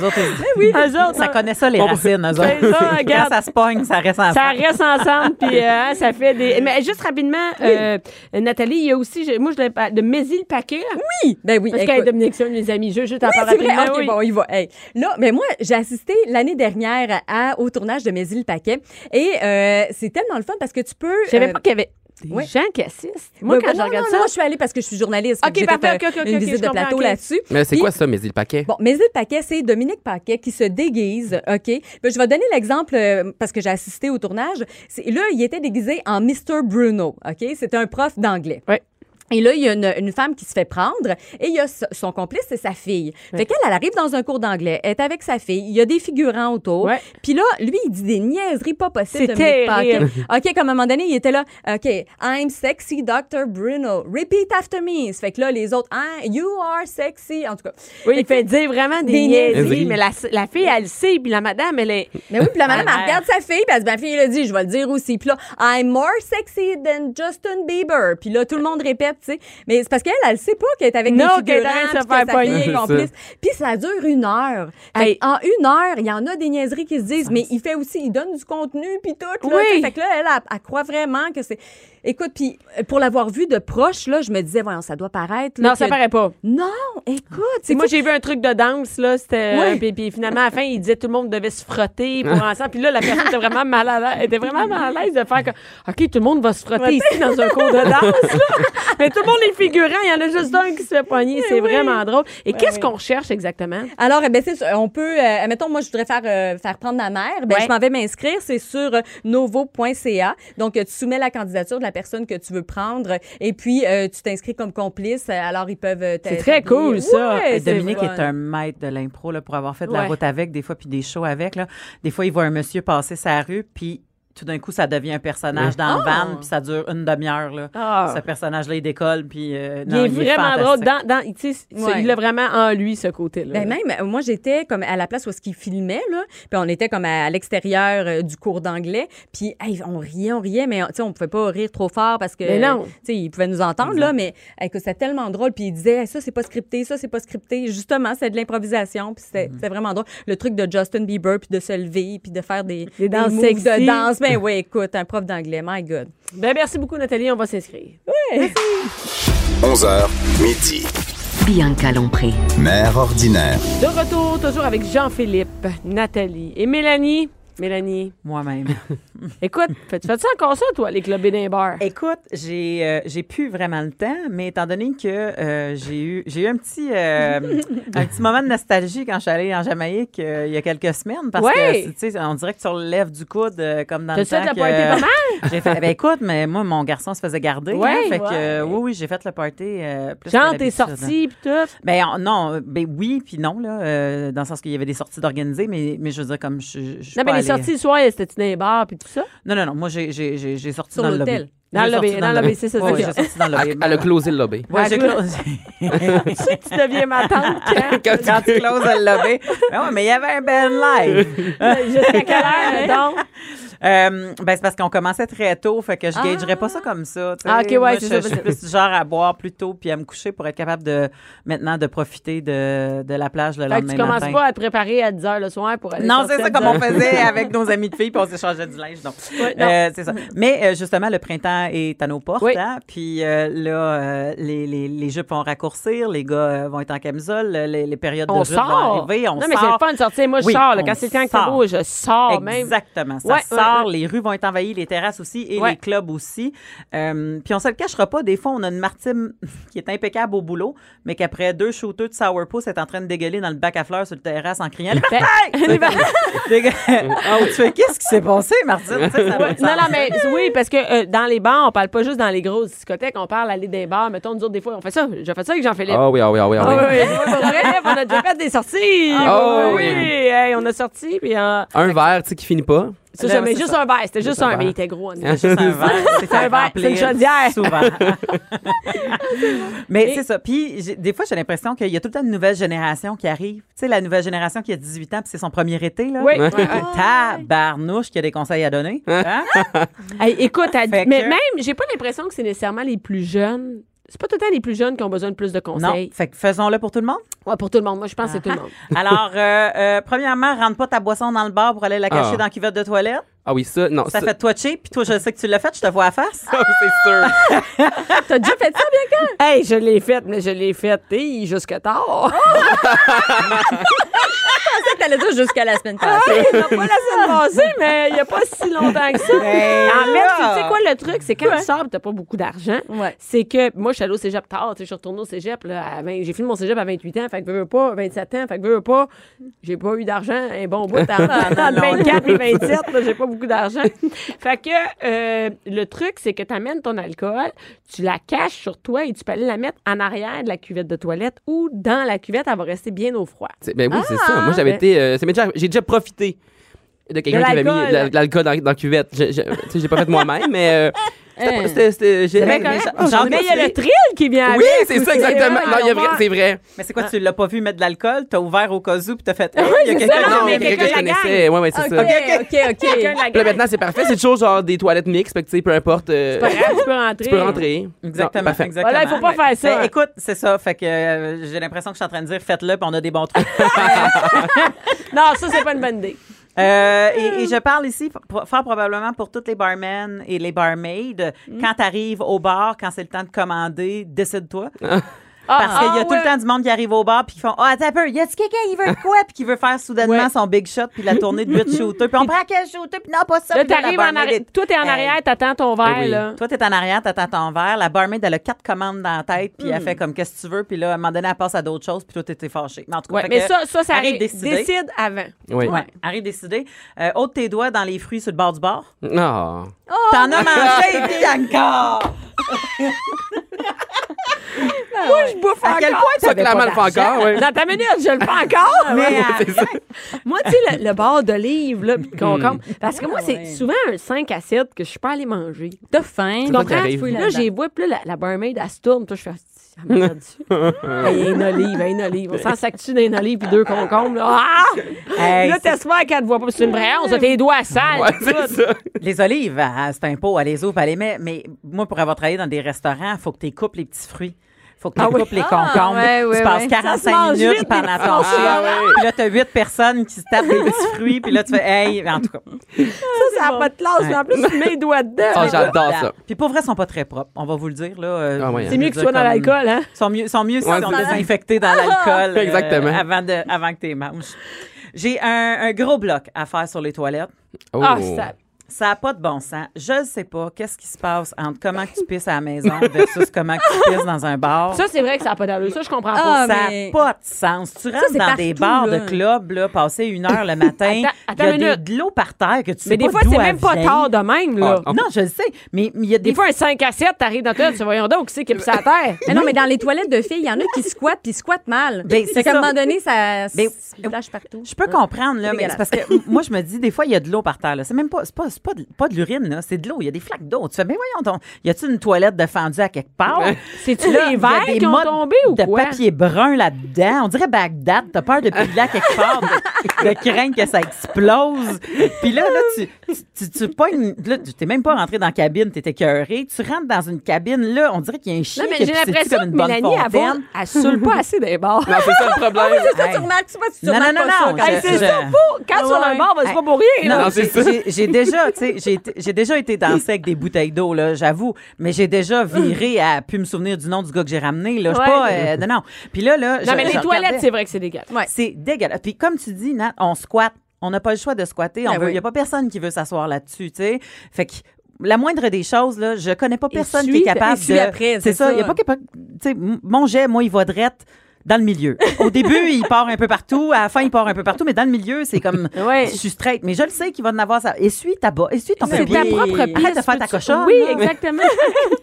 autres, ils-
Ben oui, eux autres,
Ça
ça,
connaît ça, les racines, eux
c'est ça,
autres. Quand
regarde.
ça se pogne, ça reste ensemble.
ça reste ensemble, puis euh, hein, ça fait des. Mais juste rapidement, euh, Nathalie, il y a aussi, je- moi, je l'ai pas- de Mézil Paquet.
Oui, ben oui.
Parce qu'elle
écoute.
Dominique Sion, les amis, je, je t'en
Oui,
parle
c'est vrai.
rapidement,
OK,
oui.
bon, il va. Hey. Là, mais moi, j'ai assisté l'année dernière à, au tournage de Mes îles Paquet et euh, c'est tellement le fun parce que tu peux...
Je savais
euh,
pas qu'il y avait Les
Ouais.
gens qui assistent. Moi,
Ben,
quand je
non,
regarde
non,
ça.
Moi, je suis allée parce que je suis journaliste. fait
Ok,
que j'ai
parfait,
fait, euh,
ok, ok,
une
ok,
visite
je
de
comprends,
plateau
ok.
là-dessus.
Mais c'est
Puis-
quoi ça, mais le paquet?
Bon, Mésil Paquet, c'est Dominique Paquet qui se déguise, OK? Ben, je vais donner l'exemple euh, parce que j'ai assisté au tournage. C'est- Là, il était déguisé en Mr. Bruno, OK? C'était un prof d'anglais.
Ouais.
Et là, il y a une, une femme qui se fait prendre et il y a so- son complice, c'est sa fille. Fait qu'elle, elle arrive dans un cours d'anglais, elle est avec sa fille, il y a des figurants autour.
Ouais.
Puis là, lui, il dit des niaiseries pas possibles.
C'est
Dominique Paquet.
terrible.
OK, comme à un moment donné, il était là, OK, I'm sexy Dr. Bruno, repeat after me. Fait que là, les autres, Ah, you are sexy. En tout cas,
Oui, il fait dire vraiment des,
Des
niaiseries.
niaiseries.
Mais la, la fille, elle le sait, puis la madame, elle est.
Mais oui, puis la madame,
Ah,
elle regarde sa fille, puis elle dit, ma fille, elle a dit, je vais le dire aussi. Puis là, I'm more sexy than Justin Bieber. Puis là, tout le monde répète, tu sais. Mais c'est parce qu'elle, elle sait pas qu'elle est avec
Non,
des
qu'elle est en train de
figurants,
se
puis que
faire
sa fille
pogner.
est complice. Puis ça dure une heure. Fait
Hey.
En une heure, il y en a des niaiseries qui se disent, mais il fait aussi, il donne du contenu, puis tout. Là,
Oui.
tu sais. Fait que là, elle, elle, elle croit vraiment que c'est... Écoute, puis euh, pour l'avoir vu de proche, là, je me disais, voyons, ça doit paraître... là,
Non, ça
que-
paraît pas.
Non, écoute, c'est
moi, j'ai vu un truc de danse, là. C'était.
Ouais.
euh, Puis, puis finalement, à la fin, il disait tout le monde devait se frotter pour ensemble. Puis là, la personne était vraiment mal à l'aise. elle était vraiment mal à l'aise de faire que. OK, tout le monde va se frotter ici dans un cours de danse, là. Mais tout le monde est figurant. Il y en a juste un qui se fait pogner. C'est vraiment drôle. Et qu'est-ce qu'on recherche exactement?
Alors, eh ben, c'est sur- on peut, euh, mettons, moi, je voudrais faire, euh, faire prendre ma mère. Ben,
Ouais.
Je m'en vais m'inscrire. C'est sur euh, novo.ca. Donc, euh, tu soumets la candidature de la personne que tu veux prendre et puis euh, tu t'inscris comme complice. Euh, Alors, ils peuvent euh, t'a-
C'est très
t'appuyer.
cool, ça.
Ouais, c'est
euh, Dominique
fun.
est un maître de l'impro là, pour avoir fait de
Ouais.
la route avec, des fois, puis des shows avec. Là. Des fois, il voit un monsieur passer sa rue, puis tout d'un coup, ça devient un personnage dans le van, puis ça dure une demi-heure. Là.
Ah.
Ce personnage-là, il décolle, puis. euh,
Il
non,
est vraiment drôle.
fantastique.
Dans, dans, tu sais,
Ouais.
Il l'a vraiment en lui, ce côté-là.
Ben même, euh, moi, j'étais comme à la place où est-ce qu'ils filmaient, là. Puis on était comme à, à l'extérieur euh, du cours d'anglais. Puis hey, on riait, on riait, mais tu sais, on pouvait pas rire trop fort parce que,
Mais Ben non.
tu sais, ils pouvaient nous entendre, là. Mais hey, écoute, c'était tellement drôle. Puis ils disaient, Hey, ça, c'est pas scripté, ça, c'est pas scripté. Justement, c'est de l'improvisation. Puis
Mm-hmm.
c'était c'était vraiment drôle. Le truc de Justin Bieber, puis de se lever, puis de faire des,
Des danses
moves
sexy.
de danse. Ben oui, écoute, un prof d'anglais, my God.
Ben, merci beaucoup, Nathalie. On va s'inscrire.
11h, midi.
Bianca Lompré.
Mère ordinaire.
De retour, toujours avec Jean-Philippe, Nathalie et Mélanie. Mélanie,
Moi-même.
écoute, fais- tu fais-tu encore ça, toi, les clubs et les bars?
Écoute, j'ai euh, j'ai plus vraiment le temps, mais étant donné que euh, j'ai eu j'ai eu un petit euh, un petit moment de nostalgie quand je suis allée en Jamaïque euh, il y a quelques semaines parce
Ouais.
que tu sais on dirait que sur le lève du coude euh, comme dans le
T'as-tu
temps
fait le
que-
party pas mal?
J'ai fait ben écoute, mais moi mon garçon se faisait garder
Ouais,
là, fait que
ouais.
euh, oui oui, j'ai fait le party euh, plus que
Genre, t'es
d'habitude.
sorti, pis tout.
Ben on- non, ben oui puis non là euh, dans le sens qu'il y avait des sorties d'organiser mais mais je veux dire comme je, je- je suis
Non,
pas
mais les
allée- euh,
sorties le soir, c'était-tu dans les bars, puis tout ça?
Non non non, moi j'ai j'ai j'ai j'ai sorti
Sur
dans le
l'hôtel.
lobby.
Dans le
J'ai
lobby,
sorti
dans le lobby, c'est ça, c'est
Ouais,
ça.
j'ai sorti dans le lobby.
Elle a closé le lobby.
Ouais,
À
j'ai
clo-
closé.
Tu deviens ma tante quand?
Quand tu closes le lobby. Ben ouais, mais il y avait un band live.
Jusqu'à quelle heure, donc?
Euh, ben, c'est parce qu'on commençait très tôt, fait que je
Ah.
gagerais pas ça comme ça. tu sais.
Ah, ok, ouais,
Moi,
c'est
je,
ça,
je
parce
suis
que-
plus du genre à boire plus tôt puis à me coucher pour être capable de maintenant de profiter de, de la plage le
Fait que
lendemain
tu commences
matin.
pas à te préparer à 10 h le soir pour aller
Non,
sortir
c'est ça
de-
comme on faisait avec nos amis de filles, puis on s'échangeait du linge. Donc,
non.
Euh, c'est ça. Mais euh, justement, le printemps est à nos portes.
Oui.
hein, puis euh, là, euh, les, les, les jupes vont raccourcir, les gars euh, vont être en camisole, les, les périodes
On
de jupes vont
sort.
arriver, on
non,
sort.
mais c'est le fun de sortir. Moi, je
Oui,
sors. là.
on
Quand c'est le temps que c'est
sort.
beau, je sors même.
Exactement. Ça
Ouais,
sort,
ouais,
les rues vont être envahies, les terrasses aussi et
Ouais.
les clubs aussi. Euh, puis on se le cachera pas, des fois, on a une Martine qui est impeccable au boulot, mais qu'après deux shooters de sourpuss est en train de dégueuler dans le bac à fleurs sur le terrasse en criant
Ben,
Dégue- Oh, tu fais qu'est-ce qui s'est passé, Martine? Tu sais, ça va
Ouais,
être
non,
ça.
non, mais oui, parce que euh, dans les bars, on parle pas juste dans les grosses discothèques, on parle aller des bars. Mettons, nous autres, des fois, on fait ça. J'ai fait ça avec Jean-Philippe.
Ah oui, ah oui, ah oui, ah
Ah
oui.
oui, oui, pour vrai, on a déjà fait des sorties.
Ah
oui,
oui.
hey, on a sorti, puis euh,
Un verre, tu sais, qui finit pas.
c'est
Là,
ça, mais
c'est
juste
ça.
un verre, c'était juste
un
un,
verre.
mais il était gros. nous.
C'est juste un verre. C'est
un verre, c'est une chaudière. Ah,
Souvent. Mais c'est ça. Puis j'ai- des fois, j'ai l'impression qu'il y a tout le temps une nouvelle génération qui arrive. Tu sais, la nouvelle génération qui a 18 ans, puis c'est son premier été. Là.
Oui. Ouais.
Tabarnouche qui a des conseils à donner. Hein?
Hey, écoute, elle-
Fait que-
mais même, j'ai pas l'impression que c'est nécessairement les plus jeunes. C'est pas tout le temps les plus jeunes qui ont besoin de plus de
non.
conseils.
Fait que faisons-le pour tout le monde.
Ouais, pour tout le monde. Moi, je pense que c'est tout le monde.
Alors, euh, euh, premièrement, rentre pas ta boisson dans le bar pour aller la cacher
Ah.
dans la cuvette de toilette.
Ah oui, ça, non.
Ça fait twatcher, puis toi, je sais que tu l'as fait, je te vois à la face.
ça, c'est sûr.
T'as déjà fait ça, bien quand? Hey, je Oh, l'ai faite, mais je l'ai faite, hey, jusque tard.
t'allais dire jusqu'à la semaine passée.
Il n'a Ah pas la semaine passée, mais il n'y a pas si longtemps que ça. en fait, tu sais quoi le truc, c'est quand tu sors, tu pas beaucoup d'argent.
Ouais.
C'est que moi, je suis allée au cégep tard. tu sais, Je suis retournée au cégep. là, à 20 J'ai fini mon cégep à 28 ans. Fait que veux, veux pas, 27 ans. Fait que veux, veux pas. J'ai pas eu d'argent. Un bon bout. Entre entre 24 et 27, là, j'ai pas beaucoup d'argent. Fait que euh, le truc, c'est que tu amènes ton alcool, tu la caches sur toi et tu peux aller la mettre en arrière de la cuvette de toilette ou dans la cuvette. Elle va rester bien au froid.
C'est- Ben oui, c'est ça. Moi, j'avais
Ben-
été. euh, ça m'est déjà- j'ai déjà profité de quelqu'un
De
qui avait mis
l'alcool.
de la- de l'alcool dans, dans la cuvette. Je, je, tu sais, j'ai pas fait moi-même, mais. euh, c'était pas-
Hein.
c'était- c'était- j'ai-
Mais
j'ai-
quand-
j'en
Ah, mais il y
ai-
a le thrill qui vient
Oui,
avec.
c'est
aussi.
ça, exactement.
Ouais,
Non, il y a vrai-
alors,
c'est vrai.
Mais c'est quoi, tu l'as pas vu mettre de l'alcool? T'as ouvert au cas où, puis t'as fait.
Ah Oui,
il y a
c'est
quelqu'un
ça,
qui
non,
en
mais
a
quelqu'un
quelqu'un
je
de la
connaissais. Ouais, ouais, c'est ça. Puis
OK, OK,
Quelqu'un
OK.
de la
là,
gang.
maintenant, c'est parfait. C'est toujours genre des toilettes mixtes. Fait que, tu sais, peu importe. euh,
Pas grave, tu peux rentrer.
tu peux rentrer.
Exactement,
Non, parfait.
exactement.
Voilà, il faut pas faire ça.
Ben, écoute, c'est ça. Fait que euh, j'ai l'impression que je suis en train de dire faites-le, puis on a des bons trucs.
Non, ça, c'est pas une bonne idée.
Euh, et, et je parle ici pro- fort probablement pour toutes les barmen et les barmaids.
Mm.
Quand t'arrives au bar, quand c'est le temps de commander, décide-toi. Parce qu'il y a
ah,
tout le
ouais.
temps du monde qui arrive au bar puis qui font Ah, attends un peu, y a-tu quelqu'un qui veut de quoi puis qui veut faire soudainement
Ouais.
son big shot puis la tournée de 8 shooters puis on prend quel shooter puis non, pas ça.
Là,
puis la
t'arrives en
barmaid
arrière.
est-
Toi, t'es en
Hey.
arrière, t'attends ton verre, là.
Toi, t'es en arrière, t'attends ton verre. La barmaid, elle a quatre commandes dans la tête, puis
Hmm.
elle fait comme qu'est-ce que tu veux, puis là, à un moment donné, elle passe à d'autres choses, puis toi, t'étais fâché. Mais en tout cas,
Ouais,
fait
mais
que
ça, ça, ça
arrive
arrive.
décidé.
Décide avant.
Oui.
Ouais, arrive décidé. Euh, ôte tes doigts dans les fruits sur le bord du bord.
Non.
Oh!
T'en as mangé, Bianca!
Moi, je bouffe
À
encore.
quel point tu
Ça,
avais
clairement,
pas
le fait encore, oui.
Dans ta minute, je le fais encore.
Mais,
ouais.
euh,
moi, tu sais, le, le bar d'olive, là, pis de concombre. Parce que moi, c'est souvent un 5 à 7 que je suis pas allée manger.
T'as faim.
Tu
ça
comprends?
qui arrive.
Là, j'ai vu, puis là, la, la barmaid, elle se tourne. Puis là, je fais, Ah, elle m'a perdu. Hey, une olive, hey, une olive. On s'en sac-tu d'une olive puis deux concombres, là? Ah!
euh, Hey,
là, t'espères qu'elle te voit pas, puis c'est une vraie honte. Tes doigts sales.
Ouais, c'est ça.
les olives, ah, c'est un pot, elle les ouvre, elle les met. Mais moi, pour avoir travaillé dans des restaurants, faut que tu coupes les petits fruits. Faut
Ah
que tu coupes les concombres.
ouais,
tu
ouais,
passes
ouais.
45 minutes
vite, Ah,
pendant ton chiffre. Puis là, t'as 8 personnes qui se tapent des petits fruits. Puis là, tu fais, hey, en tout cas.
Ça, ça n'a pas de classe. mais en plus, tu mets les doigts dedans.
Ah, j'adore ça.
Puis pour vrai, ils sont pas très propres. On va vous le dire, là. euh,
Ah ouais, hein.
je
C'est
veux
mieux que tu
dire
sois dans
comme-
l'alcool, Ah! hein?
Ils sont mieux, sont mieux
Ouais,
s'ils sont
c'est-
désinfectés dans l'alcool. euh,
Exactement.
avant, de, avant que t'es manges. J'ai un, un gros bloc à faire sur les toilettes.
Oh.
Ah, ça.
Ça n'a pas de bon sens. Je ne sais pas qu'est-ce qui se passe entre comment que tu pisses à la maison versus comment que tu pisses dans un bar.
Ça, c'est vrai que ça n'a pas d'allure. Ça, je comprends pas.
Ah,
ça n'a
mais-
pas de sens. Tu rentres
c'est
dans des
partout,
bars
là.
de club, là, passer une heure le matin,
Attends-
il y a
attends
des-
une
de l'eau par terre que tu sais
mais des
pas
fois,
d'où
c'est
elle
même pas
vient.
tard de même, là.
Ah,
Non, je le sais, mais mais il y a des,
Des fois, un 5 à 7, t'arrives dans ta tu voyons donc, qui c'est qui est sur la terre?
Mais non, mais dans les toilettes de filles, il y en a qui squattent puis squattent mal.
Ben, c'est
c'est qu'à un
ça.
moment donné, ça
Ben,
se lâche partout.
Je peux
Ah,
comprendre, là, mais c'est
dégueulasse.
parce que m- moi, je me dis, des fois, il y a de l'eau par terre. là. C'est même pas, c'est pas, c'est pas, de, pas de l'urine, là. c'est de l'eau. Il y a des flaques d'eau. Tu fais, mais voyons, donc, y a-tu une toilette de fendue à quelque part?
C'est-tu
Là,
les
il y a
verres
des
qui ont
mottes
tombé ou
de
quoi?
papier brun là-dedans. On dirait Bagdad. T'as peur de piler à quelque part, de, de craindre que ça explose. Puis là, là, tu, tu, tu, tu pognes- là, tu- t'es même pas rentré dans la cabine, t'es écœuré. Tu rentres dans une cabine, là, on dirait qu'il y a un chien
Non, mais
qui a
j'ai
pissé dessus
l'impression que
comme une bonne
Mélanie, elle va-
fontaine.
elle saoule pas assez des bars.
Non, c'est ça le problème.
Ça,
Hey.
tu remarques, tu vois, tu
Non,
remarques
non,
pas
non,
ça
non,
quand
je-
Hey,
tu-
c'est
je-
ça, faut. Quand sur un bar, ben, c'est pas pour rien,
Non,
là.
c'est
j'ai-
ça.
j'ai- J'ai déjà, tu sais, j'ai été- j'ai déjà été dansé avec des bouteilles d'eau, là, j'avoue, mais j'ai déjà viré à plus me souvenir du nom du gars que j'ai ramené, là. Je sais
Ouais.
pas, euh, non, non. Puis là, là.
Non, mais les toilettes, c'est vrai que c'est dégueulasse.
C'est dégueulasse. Puis comme tu dis, Nat, on squatte. On n'a pas le choix de squatter.
Ben
Il
oui.
n'y a pas personne qui veut s'asseoir là-dessus, tu sais. Fait que. La moindre des choses, là, je connais pas personne qui
suis-
est capable
et suis
de.
après, c'est
ça.
ça.
Il y a pas capable. Tu sais, m- mon jet, moi, il va drette dans le milieu. Au début, il part un peu partout. À la fin, il part un peu partout. Mais dans le milieu, c'est comme.
Ouais.
Je suis straight. Mais je le sais qu'il va en avoir ça. Essuie ta bas. Essuie ton
C'est
papier.
ta propre piste.
Arrête de faire ta
peux-tu-
cochonne.
Oui,
là.
exactement.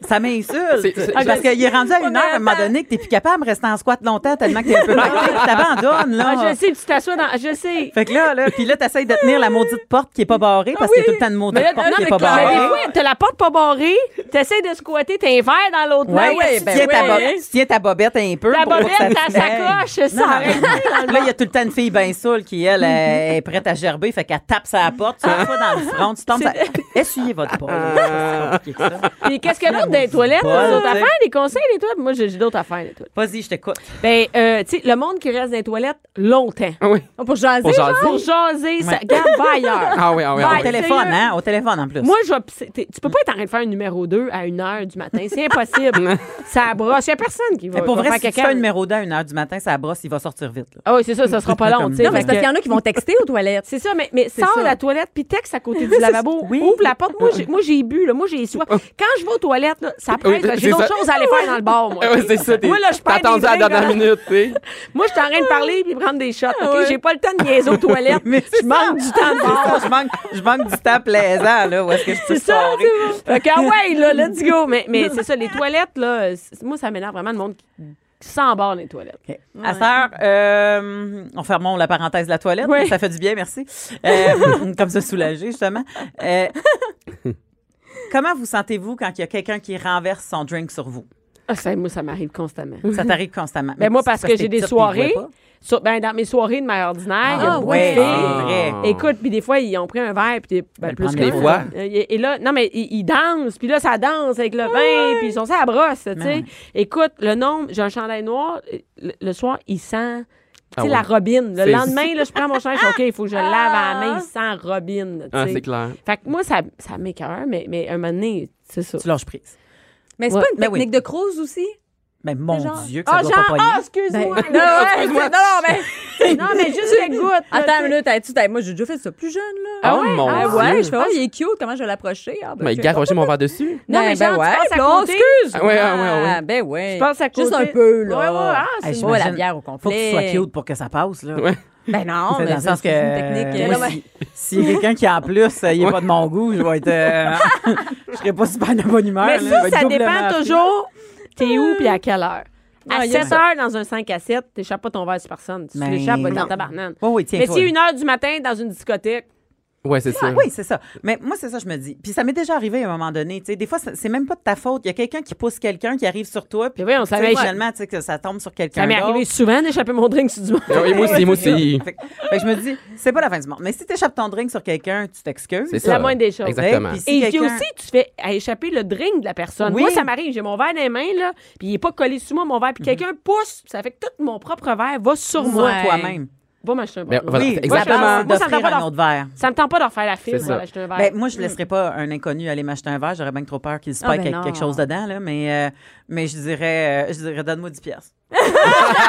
Ça m'insulte.
C'est- c'est-
Parce qu'il est rendu à une
mais
heure, à un moment donné, que t'es plus capable de rester en squat longtemps tellement que t'es un peu maqué. T'abandonnes, là.
Ah, je sais, tu t'assois dans. Je sais.
Fait que là, là, puis là, t'essayes de tenir la maudite porte qui est pas barrée parce qu'il y a tout le temps une maudite
Ah Mais là,
porte
non,
qui
mais
est pas
Claire,
barrée.
des fois, t'as la porte pas barrée, t'essayes de squatter, t'as un verre dans l'autre main.
Ouais, tu, tiens ta bobette, tu tiens ta bobette un peu.
La
pour pas que
bobette,
ça-
ta sacoche,
Non,
ça
non,
arrête.
non. Là, Mm-hmm. il y a tout le temps une fille bien saoule qui, elle, euh, est prête à gerber, fait qu'elle tape sa porte, tu l'envoies dans le front, tu tombes, ça... essuyez votre porte.
Puis qu'est-ce qu'il y a d'autre dans les toilettes?
Bon,
D'autres
t'sais.
affaires, des conseils, des toilettes? Moi, j'ai j'ai d'autres affaires, des toilettes.
Vas-y, je t'écoute.
Ben, euh, tu sais, le monde qui reste dans les toilettes longtemps.
Ah oui.
Pour jaser,
Pour jaser.
Pour jaser, ça garde va ailleurs.
Ah oui, ah oui, ah
Au
oui.
Bye.
téléphone,
sérieux?
hein? Au téléphone, en plus.
Moi, je vais pisser. T'es- Tu peux pas être en train de faire un numéro 2 à 1 h du matin. C'est impossible. ça brosse. Il y a personne qui va.
Mais pour
va
vrai,
faire
si tu
caca.
fais un numéro 2 à une heure 1h du matin, ça brosse, il va sortir vite. là.
Ah oui, c'est ça, ça sera pas long. tu sais,
Non, mais
parce
c'est parce
que-
qu'il y en a qui vont texter aux toilettes.
C'est ça, mais, mais
C'est
sors
ça.
la toilette puis texte à côté du lavabo. Ouvre la porte. Moi, j'ai- Moi, j'ai bu, là. Moi, j'ai soif. Quand je vais aux toilettes, là, ça presse. là. J'ai
c'est
d'autres
ça.
choses à aller faire dans le bar, moi.
Ah ouais, c'est ça. t'es-
Moi, là, je
t'as
perds
attendu
des
à la
drinks,
dernière
là.
minute, tu sais.
Moi, je suis en train de parler puis prendre des shots. OK?
ouais.
J'ai pas le temps de niaiser aux toilettes.
Mais c'est
je manque du temps de
C'est
bar.
ça, je manque, je manque du temps plaisant, là, où est-ce que je peux
C'est ça,
soirer.
c'est bon. Fait que, ah ouais, là, let's go. Mais, mais c'est ça, les toilettes, là, c'est- moi, ça m'énerve vraiment le monde qui qui s'embarre les toilettes.
OK. À cette heure, euh, on fermons la parenthèse de la toilette.
Oui.
Ça fait du bien, merci. Euh, comme ça, soulager, justement. Euh, comment vous sentez-vous quand il y a quelqu'un qui renverse son drink sur vous?
Ah, ça, moi, ça m'arrive constamment.
Ça t'arrive constamment.
Ben, moi,
c'est
parce que j'ai
t'es
des
petite, puis ils voient
soirées.
pas.
Sur- ben, dans mes soirées de manière ordinaire, il y a
Ah,
beaucoup
ouais,
de filles.
c'est vrai.
Ah.
Écoute, puis des fois, ils ont pris un verre, puis des- ben,
Ils
plus
prennent
que
des
ça.
fois.
Euh, Et et là, non, mais ils, ils dansent, puis là, ça danse avec le vin, puis ils sont ça à brosse, tu sais.
Ouais.
Écoute, le nombre, j'ai un chandail noir, le, le soir, il sent, tu sais,
Ah ouais.
la robine. Le
C'est-
lendemain, là, je prends mon chandail, je fais, OK, il faut que je le lave à la main, il sent robine, tu
Ah,
sais.
c'est clair.
fait que moi, ça, ça m'écoeure, mais, mais un moment donné, c'est ça.
Tu lâches prise.
Mais c'est
Ouais.
pas une
Ben oui.
technique de Cruz aussi?
Mais mon
genre-
Dieu, que ça
Ah,
doit
genre,
pas
ah,
pogner.
excuse-moi.
Ben- Non,
Ouais,
excuse-moi.
c'est- Non, non, mais, non, mais juste les gouttes. là,
Attends
tu
une
sais.
minute, t'as-tu- t'as- moi j'ai déjà fait ça plus jeune là.
Ah, mon
Ah
Dieu.
ouais, je fais, oh, il est cute, comment je vais l'approcher? Ah, ben,
Mais
je-
garrocher mon verre dessus.
Non, mais genre, tu passes à
puis là,
côté.
excuse!
Ah ouais, ah ouais, ah ouais.
Ah, ben ouais.
Je passe à côté.
Juste un peu, là.
Ouais, ouais, ah,
Hey,
c'est
Pas la
j'imagine-
bière au
Faut que
complet.
tu sois cute pour que ça passe, là.
Ouais.
Ben non,
C'est
mais
dans le
ça,
sens
c'est
que.
une technique.
euh, moi, si- S'il y a quelqu'un qui, en plus, euh, il n'est pas de mon goût, je vais être. euh, je serai pas super de bonne humeur.
Mais
là, je vais
ça,
être
ça
doublement
dépend
affligée.
toujours. T'es où puis à quelle heure? À
Ah, il y a
7 heures dans un 5 à 7, t'échappes pas ton verre sur personne. Si
Mais
tu l'échappes, va
Ben non.
dans ta banane.
Oui, oui, tiens.
Mais si une heure du matin dans une discothèque,
Ouais, c'est ça.
Ah Oui, c'est ça. Mais moi, c'est ça, je me dis. Puis ça m'est déjà arrivé à un moment donné. tu sais. Des fois, c'est c'est même pas de ta faute. Il y a quelqu'un qui pousse quelqu'un qui arrive sur toi. Puis
Mais voyons, ça
tu sais,
m'est-
finalement, tu sais, que ça tombe sur quelqu'un.
ça m'est arrivé
d'autre.
souvent d'échapper mon drink sur du monde.
Ah oui, moi aussi, moi aussi.
Fait, que- fait que je me dis, c'est pas la fin du monde. Mais si tu échappes ton drink sur quelqu'un, tu t'excuses.
C'est ça.
La moindre des choses.
Exactement.
Puis si
Et puis
quelqu'un-
aussi, tu fais à échapper le drink de la personne.
Oui.
Moi, ça m'arrive, j'ai mon verre dans les mains, là, puis il est pas collé sur moi, mon verre, puis
Mhm.
quelqu'un pousse, ça fait que tout mon propre verre va sur moi.
Moi, toi-même.
Va m'acheter un
Ben,
verre.
voilà,
Oui,
exactement.
exactement.
Moi, ça me Mm.
D'offrir
va
un
dans-
autre verre.
Ça me tente pas de refaire la file
C'est
pour
ça.
acheter un verre.
Ben, moi, je ne laisserais pas un inconnu aller m'acheter un verre. J'aurais bien trop peur qu'il se
Ah,
passe
ben
quelque-
non.
quelque chose dedans. Là, mais, euh, mais je dirais, euh, je dirais donne-moi 10 piastres.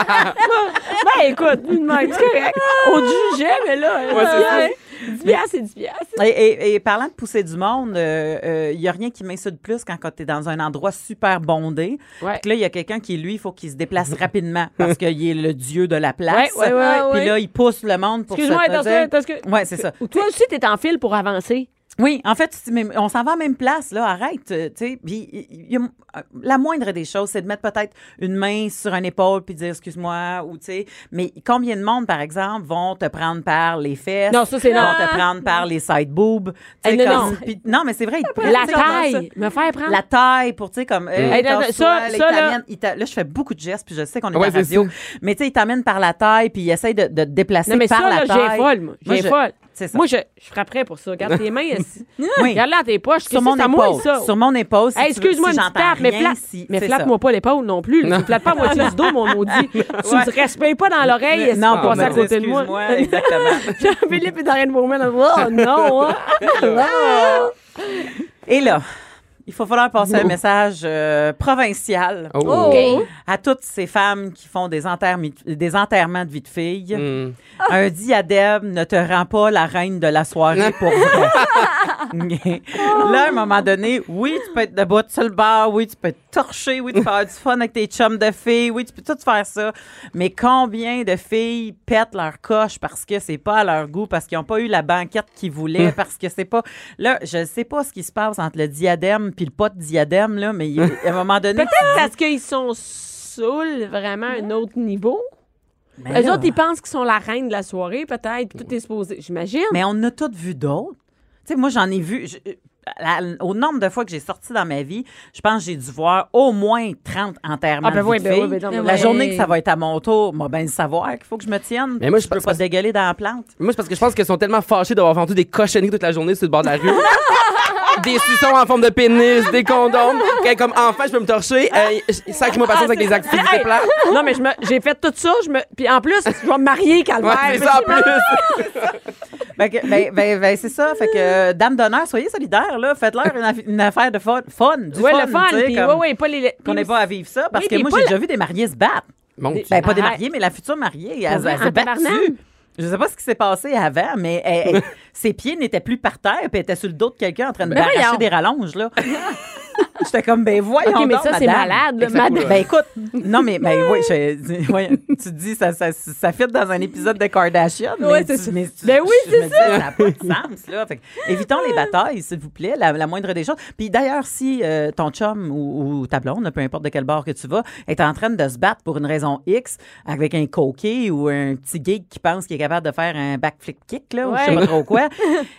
Ben, écoute, lui de même, c'est correct.
Ah!
On te jugeait, mais là,
Ouais, c'est
euh, 10 piastres, c'est 10 piastres.
Et, et- et parlant de pousser du monde, il n'y a rien qui m'insulte plus quand, quand tu es dans un endroit super bondé.
Ouais.
Puis que là, il y a quelqu'un qui, lui, il faut qu'il se déplace rapidement parce qu'il est le dieu de la place.
Ouais, ouais, ouais,
Puis
ouais.
là, il pousse le monde pour
Excuse-moi,
se
attends,
tenir.
attends, excuse-
Ouais, c'est ça.
Ou toi aussi, t'es en file pour avancer.
Oui, en fait, tu dis, mais on s'en va à la même place, là, arrête, euh, tu sais. Puis il y a- euh, la moindre des choses, c'est de mettre peut-être une main sur un épaule puis de dire excuse-moi ou tu sais. Mais combien de monde, par exemple, vont te prendre par les fesses
Non, ça, c'est
Vont
non.
te prendre par les side boobs. tu sais,
Eh, non,
comme-
non.
puis- non, mais c'est vrai. ils te prennent,
La
tu sais, comme
taille,
ça.
me faire prendre.
La taille pour, tu sais, comme. euh, ils
non, non,
t'en
ça,
reçoivent, ils
ça, là-
t'amènent, ils t'a- là, je fais beaucoup de gestes, puis je sais qu'on est
Ouais,
à la
c'est
radio. Mais tu sais, ils t'amènent par la taille, puis ils essayent de, de te déplacer
Non, mais
par
ça,
la
là,
taille.
j'ai folle, moi.
Moi,
J'ai
je-
folle.
C'est ça.
Moi, je, je frapperais pour ça. Garde tes mains. ici.
Oui.
Regarde-la à tes poches.
sur
Qu'est-ce
mon
que c'est à moi,
épaule.
ça?
Sur mon épaule. si
Hey,
tu veux-
excuse-moi
si
une
j'entends
petite tape, mais,
rien,
flatte,
si-
mais
c'est
flatte-moi
ça.
pas l'épaule non plus. Tu me flattes pas à moitié du dos, mon maudit. Tu me respectes pas dans l'oreille, si tu
Non,
passes
mais
à côté de moi.
excuse-moi, exactement.
Jean-Philippe est en train de vous remettre. Oh non! hein. Oh.
Et là, il faut falloir passer un message euh, provincial
Oh.
OK.
à toutes ces femmes qui font des, enterremi- des enterrements de vie de fille.
Hmm.
Un diadème ne te rend pas la reine de la soirée pour vrai. Là, à un moment donné, oui, tu peux être debout sur le bar, oui, tu peux te torcher, oui, tu peux avoir du fun avec tes chums de filles, oui, tu peux tout faire ça. Mais combien de filles pètent leur coche parce que c'est pas à leur goût, parce qu'ils n'ont pas eu la banquette qu'ils voulaient, parce que c'est pas. Là, je sais pas ce qui se passe entre le diadème puis le pas de diadème, là, mais il- à un moment donné.
Peut-être parce qu'ils sont saouls vraiment à un autre niveau.
Mais
Eux
Ben là,
autres, ils pensent qu'ils sont la reine de la soirée, peut-être, puis tout est supposé. J'imagine.
Mais on a toutes vu d'autres. Tu sais, moi, j'en ai vu. je- à la- au nombre de fois que j'ai sorti dans ma vie, je pense que j'ai dû voir au moins 30 enterrements.
Ah, ben
de
oui,
vie de
ben oui,
filles.
ben non, ben
La
oui.
journée que ça va être à mon tour, moi, ben, le savoir qu'il faut que je me tienne.
Mais moi, je
je peux
pense-
pas dégueuler dans la plante.
Moi, c'est parce que je pense qu'elles sont tellement fâchées d'avoir vendu des cochonneries toute la journée sur le bord de la rue. des suçons en forme de pénis, des condoms. Qu'elles, comme enfant, je peux me torcher. Euh, je- Sacre-moi patience avec les activités
Ah, Hey!
plates.
Non, mais je me- j'ai fait tout ça. Je me... Puis en plus, je vais me marier, Calvaire.
Ouais, c'est ça en plus.
Fait que, ben, ben, ben, c'est ça. Fait que, euh, dame d'honneur, soyez solidaires, là. Faites-leur une, affi- une affaire de fun. fun du
Ouais, le
fun,
fun.
tu sais,
Puis,
comme
ouais, ouais, pas les.
Qu'on n'est pas à vivre ça. Parce
Oui,
que
puis
moi,
pas
j'ai
la-
déjà vu des mariés se battre.
Mon Dieu.
Ben, pas des
Arrête.
mariés, mais la future
Pour
mariée, elle,
vrai,
elle
en
s'est
tabarnak?
battue. Je sais pas ce qui s'est passé avant, mais elle- elle- ses pieds n'étaient plus par terre, puis elle était sur le dos de quelqu'un en train de
Ben
lui arracher
voyons.
des rallonges, là. J'étais comme, ben voyons
OK, mais
donc,
ça, c'est
madame.
malade, là,
Exactement.
madame.
Ben écoute, non, mais ben, oui, je- oui, tu te dis, ça, ça, ça fit dans un épisode de Kardashian. mais
Ouais, c'est
tu-
ça.
mais tu-
Ben oui,
je
c'est
me disais, ça n'a pas de sens, là. Fait que, évitons les batailles, s'il vous plaît, la, la moindre des choses. Puis d'ailleurs, si euh, ton chum ou, ou ta blonde, peu importe de quel bord que tu vas, est en train de se battre pour une raison X avec un coquet ou un petit geek qui pense qu'il est capable de faire un backflip kick, là, ou je sais
Ouais.
pas trop quoi,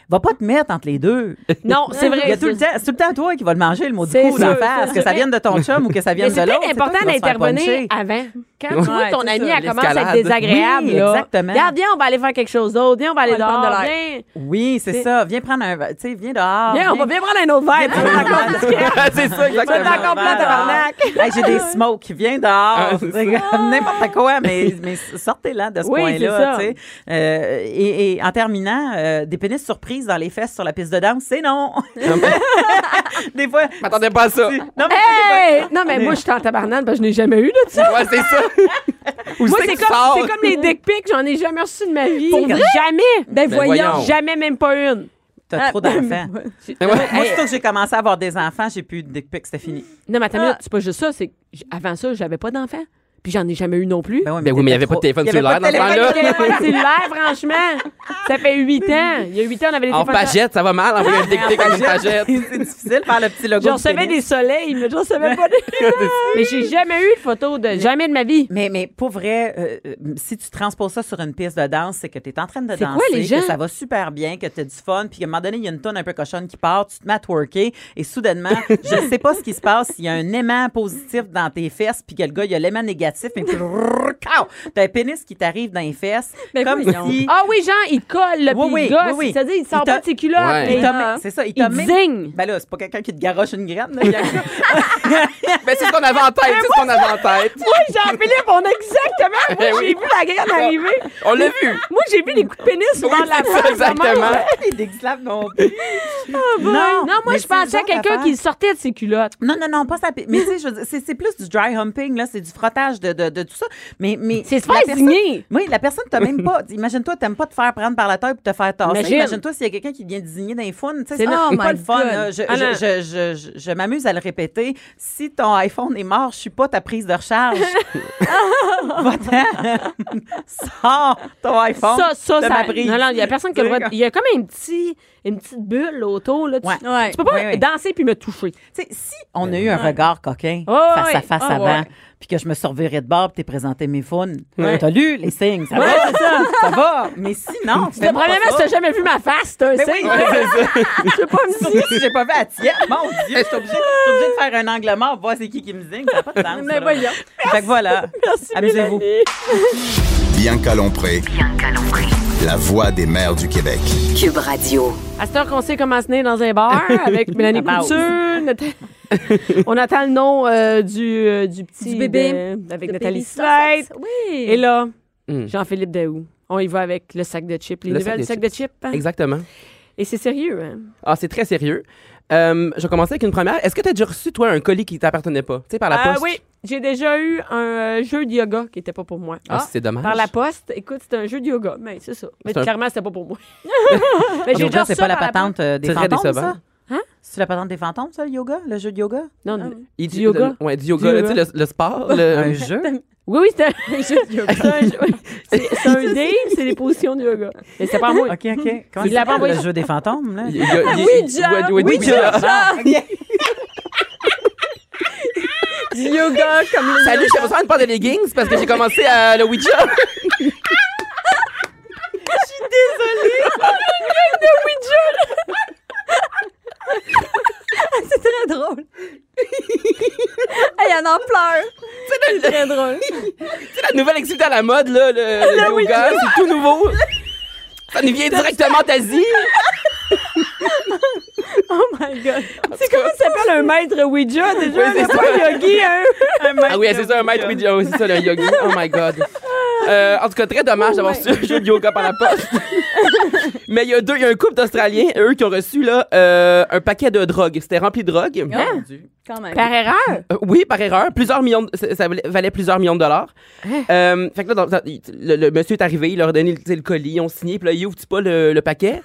va pas te mettre entre les deux.
Non, c'est vrai.
Il y a tout le temps, c'est tout le temps toi qui va le manger, le mot du
C'est
coup, d'en
sûr,
face,
c'est
que ça
vrai.
vienne de ton chum ou que ça
Mais
vienne de
c'est
l'autre.
peut-être
c'est toi
important
qui vas te faire
d'intervenir
puncher.
avant. Quand tu vois
Ouais,
ton
c'est
ami,
ça,
elle commence à
l'escalade.
être désagréable.
Oui,
là.
exactement.
Regarde, viens, on va aller faire quelque chose d'autre. Viens, on va aller
On va
dehors.
prendre de
Viens,
Oui, c'est
C'est-
ça. Viens prendre un. Tu sais, viens dehors.
viens, on va bien prendre un autre verre. puis on va encore discuter.
c'est ça,
T'es
exactement.
encore plein, tabarnak.
Hey, j'ai des smokes, viens dehors.
Ah, c'est ça.
Comme N'importe quoi, mais, mais sortez-la de ce
Oui,
point-là. tu
c'est ça.
sais. Euh, et, et en terminant, euh, des pénis surprises dans les fesses sur la piste de danse, c'est non. des fois.
Je m'attendais pas à ça.
tu-
Ouais,
Non, mais
Hey! Non, mais moi, je suis en tabarnane parce que je n'ai jamais eu de ça.
c'est ça. Où
Moi,
c'est
c'est
que tu
comme,
sors?
c'est comme les dick pics. J'en ai jamais reçu de ma vie.
Pour vrai?
Jamais.
Ben,
Ben
voyons.
voyons.
Jamais, même pas une.
t'as trop d'enfants.
Ouais.
Moi, surtout que j'ai commencé à avoir des enfants, j'ai plus de dick pics, c'était fini.
Non, mais attends, une
Ah.
minute, c'est pas juste ça. C'est que j- avant ça, j'avais pas d'enfant. Puis j'en ai jamais eu non plus.
Ben oui, mais il n'y avait pas de téléphone cellulaire dans ce temps-là.
Quel téléphone cellulaire, franchement? Ça fait huit ans. Il y a huit ans, on avait des
En
téléphones
pagette, ça va mal, envoyer un déclic avec une pagette.
C'est difficile de faire le petit logo.
Je
du
recevais
pénis.
des soleils, mais je recevais pas des. mais j'ai jamais eu de photo de. Jamais de ma vie.
Mais, mais pour vrai, euh, euh, si tu transposes ça sur une piste de danse, c'est que tu es en train de danser,
quoi, les gens?
que ça va super bien, que tu as du fun, puis qu'à un moment donné, il y a une tonne un peu cochonne qui part, tu te mets à twerker, et soudainement, je ne sais pas ce qui se passe, il y a un aimant positif dans tes fesses, puis que le gars, il y a l'aimant négatif, mais puis t'as un pénis qui t'arrive dans les fesses,
Ben
comme
voyons.
si...
Ah oui, Jean, il colle le
Oui,
petit
oui,
gosse.
oui, oui.
C'est-à-dire, il
Il
sort
t'a-
pas de ses culottes. Ah,
Ouais.
mais
Il t'a mis-
il-
C'est ça, il
il
t'a mis-
zigne.
Ben là, c'est pas quelqu'un qui te garoche une graine. là, il y a-
Ben c'est ce qu'on avait en tête, c'est ce qu'on avait en tête.
Oui, Jean-Philippe, on a
Ben
exactement. Moi, j'ai vu la guerre arriver.
On l'a vu.
Moi, j'ai vu les coups de pénis sur
Oui,
la
c'est ça,
face.
exactement.
Les dicks labs non plus. non,
Ah, Non, moi,
mais
je
c'est le
pensais à
genre
quelqu'un
d'affaire.
qui sortait de ses culottes.
Non, non, non, pas ça. Mais tu sais, je veux dire, c'est c'est plus du dry humping, là, c'est du frottage de, de, de tout ça. Mais, mais
C'est se
la
faire
personne-
signer.
Oui, la personne t'a même pas. Imagine-toi, t'aimes pas te faire prendre par la tête pour te faire tasser.
Imagine.
Imagine-toi s'il y a quelqu'un qui vient te zigner dans les founes. tu sais,
C'est
C'est
non,
c'est pas
my
le fun.
God.
là. Je,
Ah,
je-
non.
je, je, je, je m'amuse à le répéter. Si ton iPhone est mort, je suis pas ta prise de recharge. Va-t'en. Sors ton iPhone.
Ça, ça,
de
ça.
ma prise.
Non, non, il y a personne qui a le droit. de-
Tu
Il y a comme un petit, une petite bulle là, autour. Là, tu,
Ouais.
Ouais.
tu peux pas
Ouais, ouais.
danser puis me toucher.
sais, si on a eu un regard coquin
Ben Ouais,
face
ouais.
à face
Ah,
avant,
ouais.
puis que je me surveillerais de barbe, t'es présenté mes faunes, t'as lu les signes, ça va,
c'est ça.
ça va. Mais sinon, fais-moi pas
Premièrement, si
ça.
t'as jamais vu ma face, c'est un
Ben
signe.
oui, c'est ça.
Je sais pas me dire.
Surtout si j'ai pas fait à tienne, mon Dieu, je suis obligée, je suis obligée de faire un angle mort, voir c'est qui qui me zigne, ça n'a pas de sens.
Mais
ça, là.
voyons.
Fait que voilà, amusez-vous.
Bianca Lompré,
Bianca Lompré.
la voix des mères du Québec.
Cube Radio.
À cette heure qu'on sait comment se tenir dans un bar avec Mélanie
La base.
Couture, Nath- on attend le nom euh, du, euh, du petit
Du bébé.
de- avec
De
Nathalie
Billy Sussex.
Slate.
Oui.
Et là,
Mm.
Jean-Philippe Daou. On y va avec le sac de chips, les
Le
nouvelles du
sac
sac
de
de chips.
Exactement.
Et c'est sérieux, hein?
Ah, c'est très sérieux. Euh, je vais commencer avec une première. Est-ce que tu as déjà reçu, toi, un colis qui t'appartenait pas? Tu sais, par la
Ah
poste?
oui, j'ai déjà eu un euh, jeu de yoga qui n'était pas pour moi.
Ah, c'est dommage.
Par la poste, écoute, c'était un jeu de yoga, mais c'est ça. Mais
C'est un-
clairement, c'était pas pour moi. Ah, mais
Le yoga, c'est
reçu ça
pas la
par
patente euh, des
C'est très
fantômes,
décevant.
ça? Hein? C'est la patente des fantômes, ça, le yoga? Le jeu de yoga?
Non, non.
Il dit-
Du yoga. Ah,
le- ouais, du yoga, là, tu sais, le, le sport. le- euh,
Un jeu?
Oui, oui, c'était un jeu de yoga. C'est un jeu- c'est- c'est un dé, c'est les positions de yoga. Mais c'était pas à moi.
OK, OK. Comment
Il l'a pas
ça s'appelle,
envoyé.
le jeu des fantômes, là?
il- il- il- il-
Ouija.
ouais, ouais, du Ouija.
Ah,
Ah
Du yoga comme le
Salut, j'ai besoin de porter des leggings parce que j'ai commencé à le Ouija.
C'est très drôle. Elle en pleure. C'est très drôle.
C'est la nouvelle activité à la mode, Ah, là, le, le yoga. C'est tout nouveau. Ça nous vient directement d'Asie.
Oh my God. C'est comment ça s'appelle un maître Ouija déjà?
Ah, Oui, c'est
c'est pas un yogi, hein?
Ah oui, c'est ça, un maître Ouija. Oui, c'est ça, le yogi. Oh my God. Euh, en tout cas, très dommage d'avoir reçu un jeu de yoga par la poste. Mais il y a deux, il y a un couple d'Australiens, eux, qui ont reçu là, euh, un paquet de drogue. C'était rempli de drogue.
Hein? Quand même.
Par erreur?
Euh, oui, par erreur. Plusieurs millions, de- ça, ça valait- valait plusieurs millions de dollars.
Hein?
Euh, fait que là, dans- dans- il- le, le monsieur est arrivé, il leur a donné tu sais, le colis, ils ont signé, puis là, il ouvre pas le, le paquet.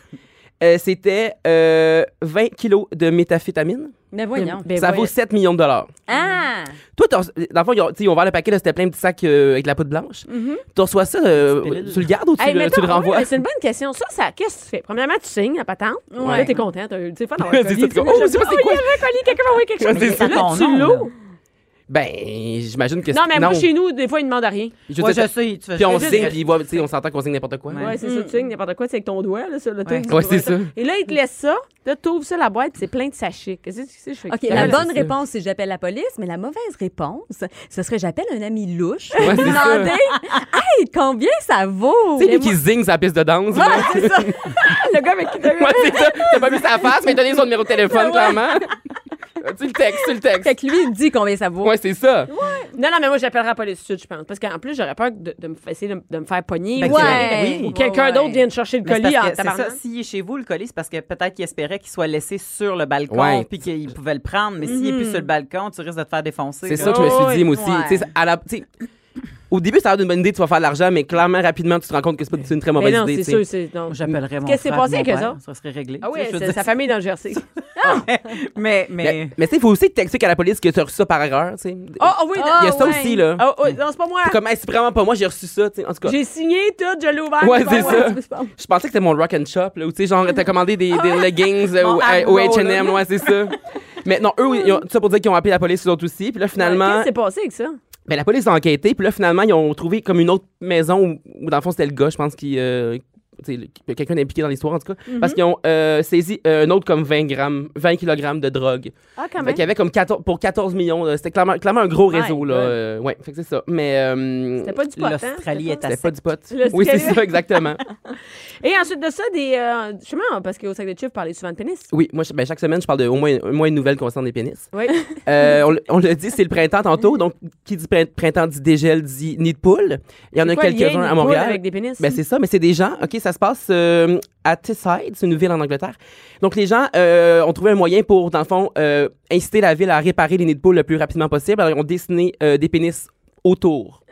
Euh, C'était euh, 20 kilos de méthamphétamine.
Mais voyons.
Ben
ça
voyons.
vaut 7 millions de dollars.
Ah!
Toi, t'as- dans le fond, ils ont, tu sais, ils ont ouvert le paquet, là, c'était plein de petits sacs euh, avec de la poudre blanche. Tu reçois ça, euh,
Stérile.
tu le gardes ou tu,
Mm-hmm. Hey,
le,
mettons,
tu le renvoies?
ouais, c'est une bonne question. Ça, ça qu'est-ce que tu fais? Premièrement, tu signes la patente. Là, t'es content. T'as eu tu sais, fun d'avoir un
C'est
colis.
ça,
Tu
tu
sais,
dis, oh, je sais pas c'est
oh,
quoi.
Il y avait un colis, quelqu'un m'a envoyé quelque chose.
Ouais, c'est
ça.
Là,
Ton
tu
nom,
l'ouvres.
Ben, j'imagine que
Non, mais moi, chez nous, des fois, ils ne demandent à rien.
Je
Moi,
veux
je
dire,
sais. Tu vas
Puis on
juste-
signe, puis ils voient, tu sais, on s'entend qu'on signe n'importe quoi.
Ouais, c'est ça. Tu signes n'importe quoi, c'est avec ton doigt, là, sur le
Ouais.
truc.
Ouais, c'est ça.
Et là, ils te laissent ça. Là, tu ouvres ça, la boîte, puis c'est plein de sachets. Qu'est-ce que tu sais, je fais?
OK,
avec ça?
la
Ouais,
bonne
c'est ça.
réponse, c'est j'appelle la police, mais la mauvaise réponse, ce serait j'appelle un ami louche.
Ouais, c'est ça.
Demandez, hey, combien ça vaut?
Tu sais, lui qui zigne sa piste de danse. là.
Le gars avec qui t'as eu.
Moi, c'est ça. T'as pas vu sa face, mais t'as donné son numéro de
Ah
téléphone, clairement. Euh, tu le textes, tu le textes.
Fait que lui, il dit combien ça vaut.
Ouais, c'est ça.
Non, non, mais moi, j'appellerai la police tout de suite, je pense. Parce qu'en plus, j'aurais peur de, de me, essayer de, de me faire pogner.
Ben,
ou-
oui.
Ou quelqu'un
Ouais, ouais.
d'autre vienne chercher le
Mais c'est
colis
parce
en
que- c'est ça,
tabarnak.
s'il est chez vous, le colis, c'est parce que peut-être qu'il espérait qu'il soit laissé sur le balcon
Ouais.
puis qu'il pouvait le prendre. Mais s'il est plus sur le balcon, tu risques de te faire défoncer. là.
C'est ça que je me suis dit, moi
Ouais.
aussi. Tu sais, à la- tu sais, au début, ça a l'air d'une bonne idée, tu vas faire de l'argent, mais clairement, rapidement, tu te rends compte que c'est pas c'est une très
Mais
mauvaise
non,
idée.
c'est
tu
sûr,
sais.
c'est. non.
Moi, J'appellerais mon
Qu'est-ce qui s'est
frère,
passé
mon
avec eux
père.
autres?
Ça serait réglé.
Ah
Tu
oui,
sais, je veux
c'est-
dire,
sa famille est dans le Jersey.
Mais, mais...
Mais, mais tu sais, il faut aussi texter qu'à la police que tu as reçu ça par erreur. tu sais.
Oh, oh oui,
Ah, Il y a ça aussi, là.
Oh, oh, non, c'est pas moi.
C'est comme, Hey, c'est vraiment pas moi, j'ai reçu ça. tu sais. En tout cas,
J'ai signé tout, je l'ai ouvert.
Ouais,
bon,
c'est ça.
c'est bon.
je pensais que c'était mon rock and shop, là, où tu sais, genre, t'as commandé des,
Ah
des leggings euh,
Mon
au-
Arrow,
au HM,
là.
ouais, c'est ça. Mais non, eux, ils ont, tout ça pour dire qu'ils ont appelé la police, eux autres aussi. Puis là,
Qu'est-ce
finalement,
qui s'est passé avec ça?
Ben, la police a enquêté, puis là, finalement, ils ont trouvé comme une autre maison où, où, dans le fond, c'était le gars, je pense, qui. euh, tu sais, le- qui- quelqu'un d'impliqué dans l'histoire, en tout cas.
Mhm.
Parce qu'ils ont euh, saisi euh, un autre comme 20 grammes, 20 kilogrammes de drogue.
Ah, quand
Fait
même.
qu'il y avait comme 14, pour 14 millions. là, C'était clairement, clairement un gros réseau,
Ouais,
là.
ouais.
euh, ouais, fait que c'est ça. Mais. euh,
C'était pas du pot, hein?
L'Australie
C'était
est
pas-
assez.
c'était pas du pot.
L'Australie-
Oui, c'est ça, exactement.
Et ensuite de ça, des. euh, Justement, parce qu'au sac de chips, vous parlez souvent de pénis.
Oui, moi, je- ben, chaque semaine, je parle de au moins, au moins une nouvelle concernant les pénis.
Oui.
Euh, on, le- on le dit, c'est le printemps tantôt. Donc, qui dit print- printemps dit dégel, dit nid de poule. Il y en a
Quoi, le lien
quelques-uns
des
à
poules
Montréal.
Avec des pénis.
Ben, c'est ça, mais c'est des gens. OK, ça se passe euh, à Tisside, c'est une ville en Angleterre. Donc, les gens euh, ont trouvé un moyen pour, dans le fond, euh, inciter la ville à réparer les nids de poules le plus rapidement possible. Alors, ils ont dessiné euh, des pénis autour.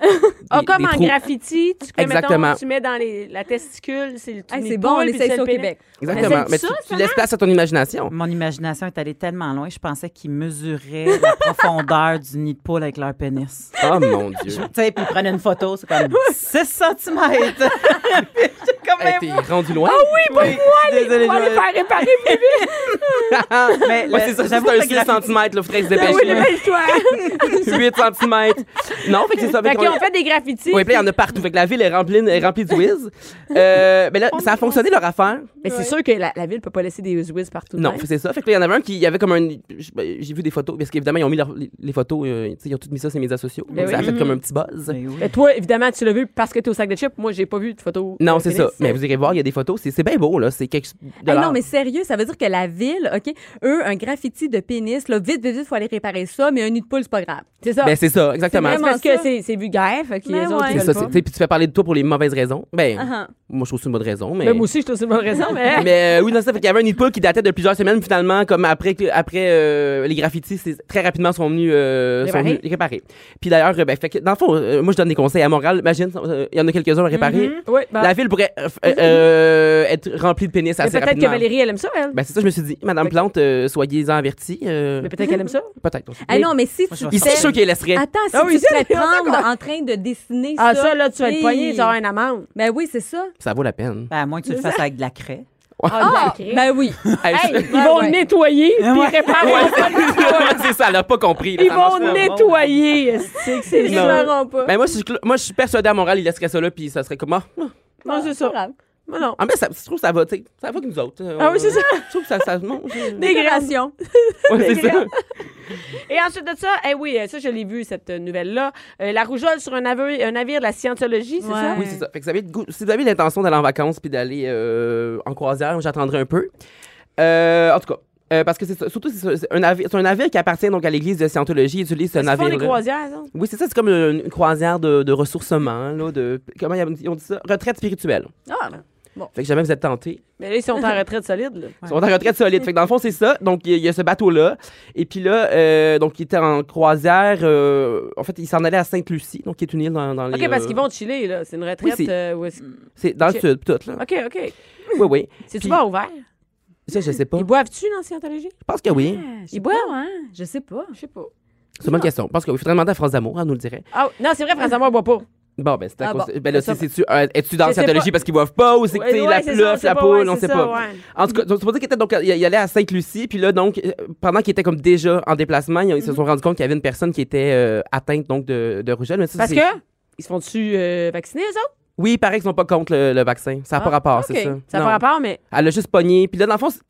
Ah,
Des-
comme
des
en
trous.
graffiti, tu, fais, mettons,
Exactement.
tu mets dans les, la testicule, c'est le
Hey,
les
c'est bon, on
poules, puis
essaye
c'est
ça au
le pénis.
Québec.
Exactement.
Mais c'est
Mais tu,
ça,
tu laisses place à ton imagination.
Mon imagination est allée tellement loin, je pensais qu'ils mesuraient la profondeur du nid de poule avec leur pénis.
Oh mon
Tu
Dieu.
sais, puis ils prenaient une photo, c'est comme 6 cm. comme
Hey, Eh, T'es rendu loin. Ah oui,
Désolée,
On va les
Joël.
faire réparer plus vite.
Mais
Ouais,
le-
c'est ça, c'est
j'avoue
un
que
6
le graphique-
cm, là, faudrait se
oui, les
dépêcher.
belles histoires.
8 cm. Non, fait que c'est ça.
Fait
fait qu'on-
qu'ils ont fait des graffitis.
Oui, puis là, il y en a partout. Fait que la ville est remplie, est remplie de whiz. Euh, mais là, ça a fonctionné leur affaire.
Mais c'est sûr que la, la ville peut pas laisser des whiz partout. hein. de
Non,
même.
c'est ça. Fait que là, il y en avait un qui il y avait comme un. je- ben, J'ai vu des photos, parce qu'évidemment, ils ont mis leurs- les- les photos, euh, tu sais, ils ont toutes mis ça sur les médias sociaux.
Ben
Donc, ça a
oui.
fait comme un petit buzz.
Mais Ben oui.
Mais toi, évidemment, tu l'as vu parce que t'es au sac de chips. Moi, j'ai pas vu de photo.
Non,
de
c'est ça.
pénis.
Mais vous irez voir, il y a des photos. C'est c'est bien beau, là. C'est quelque chose. de
Hey,
l'art.
non, mais sérieux, ça veut dire que la ville, OK, eux, un graffiti de pénis, là, vite, vite, vite, faut aller réparer ça, mais un nid de poule, c'est pas grave.
C'est ça.
Ben, c'est ça, exactement.
C'est
vraiment
parce que
ça.
c'est- c'est vulgaire, fait que les
Mais
autres,
ouais.
ils
C'est
veulent
ça,
pas.
c'est- tu sais, Puis tu fais parler de toi pour les mauvaises raisons. Ben,
Uh-huh.
moi, je trouve que c'est une bonne raison. Mais...
Ben, moi aussi, je trouve que c'est une bonne raison, mais. hein.
Mais euh, oui, non, ça fait qu'il y avait un nid de poule qui datait de plusieurs semaines, finalement, comme après, que- après euh, les graffitis, c'est- très rapidement sont venus, euh, sont
Réparer.
venus réparer. Puis d'ailleurs, euh, ben, fait que, dans le fond, euh, moi, je donne des conseils à Montréal. Imagine, euh, il y en a quelques-uns à réparer.
Oui, ben,
La ville pourrait euh, f- euh, euh, être remplie de pénis
mais
assez
peut-être
rapidement.
que Valérie, elle aime ça, elle.
Ben, c'est ça, je me suis dit. Madame Plante, euh, soyez-en avertie. euh,
Mais peut-être qu'elle aime ça.
Peut-être. on sait pas.
Ah non, mais si tu
je
Ils sont
fais-
sûrs qu'ils laisseraient.
Attends, si
Ah oui,
tu te
ça, on
fais
est
prendre
d'accord.
en train de dessiner
Ah,
ça...
ça, là, tu vas être
Hey.
poigné, tu vas avoir une amende.
Ben oui, c'est ça.
Ça vaut la peine.
Ben, à moins que tu le fasses avec de la craie.
Ah,
Ben oui.
Hey, je-
Ils vont
ouais.
nettoyer, puis
Ouais.
réparer.
c'est ça, elle a pas compris. là,
Ils
ça marche
vont
pas.
nettoyer. esti, que C'est
Ils
Non.
ça.
feront pas.
Ben, moi, je suis, cl- moi, je suis persuadée à Montréal, ils laisseraient ça là, puis ça serait comme. Ah, ah.
Non, c'est
Pas
ça.
grave.
Non, non.
Ah, ben, ça, je trouve que ça va, tu sais, ça va que nous autres. euh,
Ah oui,
on-
c'est ça.
Je trouve que ça, ça monte.
Dégradation.
Ouais, c'est ça.
Et ensuite de ça, eh oui, euh, ça, je l'ai vu, cette euh, nouvelle-là. Euh, la rougeole sur un, navire- un navire de la scientologie, c'est
Ouais.
ça?
Oui, c'est ça. Fait que vous avez le goût- si vous avez l'intention d'aller en vacances puis d'aller euh, en croisière, j'attendrai un peu. Euh, en tout cas, Euh, parce que c'est ça- surtout, c'est ça, c'est un, navire- c'est un navire qui appartient donc à l'Église de Scientologie. Ils utilisent ce
Ils font des
navire-là.
croisières, ça.
Oui, c'est ça, c'est comme une, une croisière de, de ressourcement, là, de. Comment ils ont dit ça? Retraite spirituelle.
Ah,
Fait que jamais vous êtes tenté.
Mais là, ils sont en retraite solide, là.
Ils sont en retraite solide. Fait que dans le fond, c'est ça. Donc, il y, a- il y a ce bateau-là. Et puis là, euh, donc, il était en croisière. euh, en fait, il s'en allait à Sainte-Lucie, donc, qui est une île dans, dans les.
OK, parce
euh,
qu'ils vont chiller, là. C'est une retraite.
Oui, c'est-
euh, où est-ce-
C'est dans le
Ok.
sud, pis tout, là.
OK, OK.
Oui, oui.
C'est-tu
Puis-
pas ouvert?
Ça, je sais pas.
Ils boivent-tu dans Scientologie?
Je pense que oui.
Ils
boivent?
boivent, hein? Je sais pas.
Je sais pas.
C'est une bonne question. Je pense que oui. Faudrait demander à France d'Amour, elle nous le dirait.
Ah, non, c'est vrai, François, moi, boit pas.
Bon, ben, c'est à
Ah
cause.
bon.
Ben, là,
Ça,
c'est- c'est-tu- euh, es-tu dans
Je sais
Scientologie
pas.
parce qu'ils boivent pas ou c'est que,
Ouais,
tu sais,
ouais,
la
c'est ça,
pluffe,
c'est
la
pas-
poule,
ouais,
on
c'est
sait
ça,
pas.
ouais.
En tout cas, donc, c'est pour dire qu'il était donc, il il allait à Sainte-Lucie, puis là, donc, euh, pendant qu'il était comme déjà en déplacement, ils, ils
Mhm.
se sont rendus compte qu'il y avait une personne qui était euh, atteinte, donc, de, de rougeole. Mais ça,
Parce
c'est-
que ils se font-tu euh, vacciner, eux autres?
Oui, il paraît qu'ils sont pas contre le, le vaccin. Ça n'a
Ah,
pas rapport,
OK.
c'est ça.
Ça n'a
Non.
pas rapport, mais.
Elle a juste pogné. Puis là, dans le fond, c'est-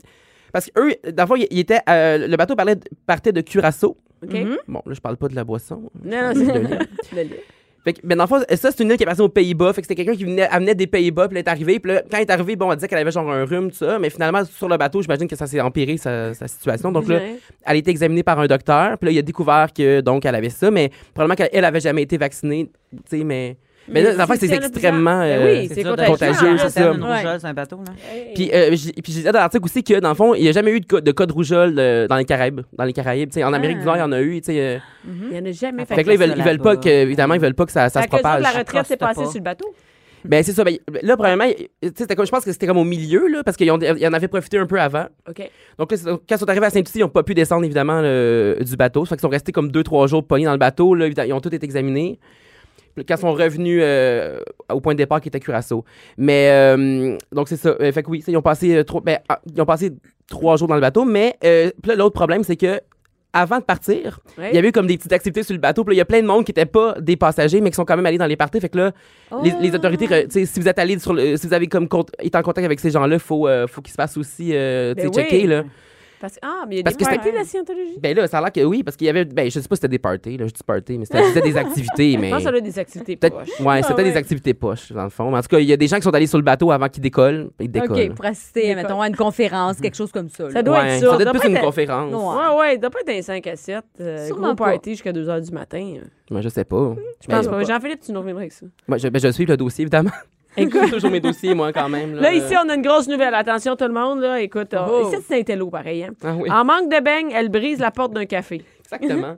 parce que eux, dans le fond, il il était, euh, le bateau parlait, partait de Curaçao.
OK?
Mhm.
Bon, là, je parle pas de la boisson.
Hmm? Non, non,
De
c'est.
l'île.
le lait.
Fait que, mais dans le fond, ça, c'est une île qui est passée aux Pays-Bas. Fait que c'était quelqu'un qui venait, amenait des Pays-Bas, puis elle est arrivée. Puis là, quand elle est arrivée, bon, elle disait qu'elle avait genre un rhume, tout ça. Mais finalement, sur le bateau, j'imagine que ça s'est empiré, sa, sa situation. Donc là,
Ouais.
elle a été examinée par un docteur. Puis là, il a découvert que, donc, elle avait ça. Mais probablement qu'elle elle avait jamais été vaccinée, tu sais, mais... Mais là, la fois, c'est
s'il y en a
extrêmement...
plusieurs-
euh,
Ben oui, c'est
dur de
contagieux,
rester en
c'est ça.
quarantaine, une
Ouais.
rougeole, c'est un bateau, là.
Puis, euh, j'ai- puis je disais dans l'article aussi que, dans le fond, il n'y a jamais eu de cas de, cas de rougeole euh, dans les Caraïbes. Dans les Caraïbes, tu sais, en Amérique du Nord, il y en a eu, tu sais. euh.
Il n'y en a jamais
fait,
fait.
que là, ils veulent,
ça,
ils veulent
là-bas.
pas que, évidemment, ils veulent pas que ça, ça
Fait
se
que les autres,
propage.
la retraite
Accroche-toi
s'est passée
pas.
sur le bateau.
Ben, c'est ça. Ben, là, premièrement, tu sais, c'était comme- je pense que c'était comme au milieu, là, parce qu'ils ont- ils en avaient profité un peu avant.
OK.
Donc, là, c'est- quand ils sont arrivés à Saint-Lucie, ils n'ont pas pu descendre, évidemment, le- du bateau. Ça fait qu'ils sont restés comme deux, trois jours pognés dans le bateau. Là, ils ont tous été examinés. Puis Quand ils sont revenus euh, au point de départ qui était Curaçao. Mais, euh, donc, c'est ça. Euh, fait que oui, ça, ils ont, passé, euh, trois, ben, ah, ils ont passé trois jours dans le bateau. Mais, euh, puis là, l'autre problème, c'est que avant de partir,
Ouais.
il y avait eu comme des petites activités sur le bateau. Puis là, il y a plein de monde qui n'étaient pas des passagers, mais qui sont quand même allés dans les parties. Fait que là, les,
Oh.
les autorités, re- tu sais, si vous êtes allé sur le, si vous avez comme cont- été en contact avec ces gens-là, faut, euh, faut qu'ils se fassent aussi, euh, tu sais,
Ben oui.
checker, là.
Parce... Ah, mais il y a
Parce
des
que
parties
c'était-
de la Scientologie.
Ben là, ça a l'air que oui, parce qu'il y avait, ben je sais pas si c'était des parties, là, je dis parties, mais c'était c'était des activités, mais.
Je pense que ça a des activités
Peut-être,
proches.
ouais, c'était
ouais.
des activités poches, dans le fond. Mais en tout cas, il y a des gens qui sont allés sur le bateau avant qu'ils décollent. Ils décollent.
OK, pour assister, mettons, à une
Mhm.
conférence, quelque chose comme ça. là.
Ça doit
Ouais,
être ça.
ça doit
doit
être
pas
plus une
être-
conférence.
Non.
Ouais, ouais, il doit pas être dans les 5 à 7. euh,
Sûrement
gros
pas.
party jusqu'à 2 h du matin. euh.
Moi, je sais pas.
Je pense pas. Jean-Philippe, tu nous reviendras avec ça.
Moi, je, ben, je suis le dossier, évidemment. Écoute, toujours mes dossiers, moi, quand même. Là,
Là, ici, on a une grosse nouvelle. Attention, tout le monde. Là, écoute, euh,
Oh.
ici, c'est un télo, pareil. hein.
Ah oui.
En manque de beigne, elle brise la porte d'un café.
Exactement.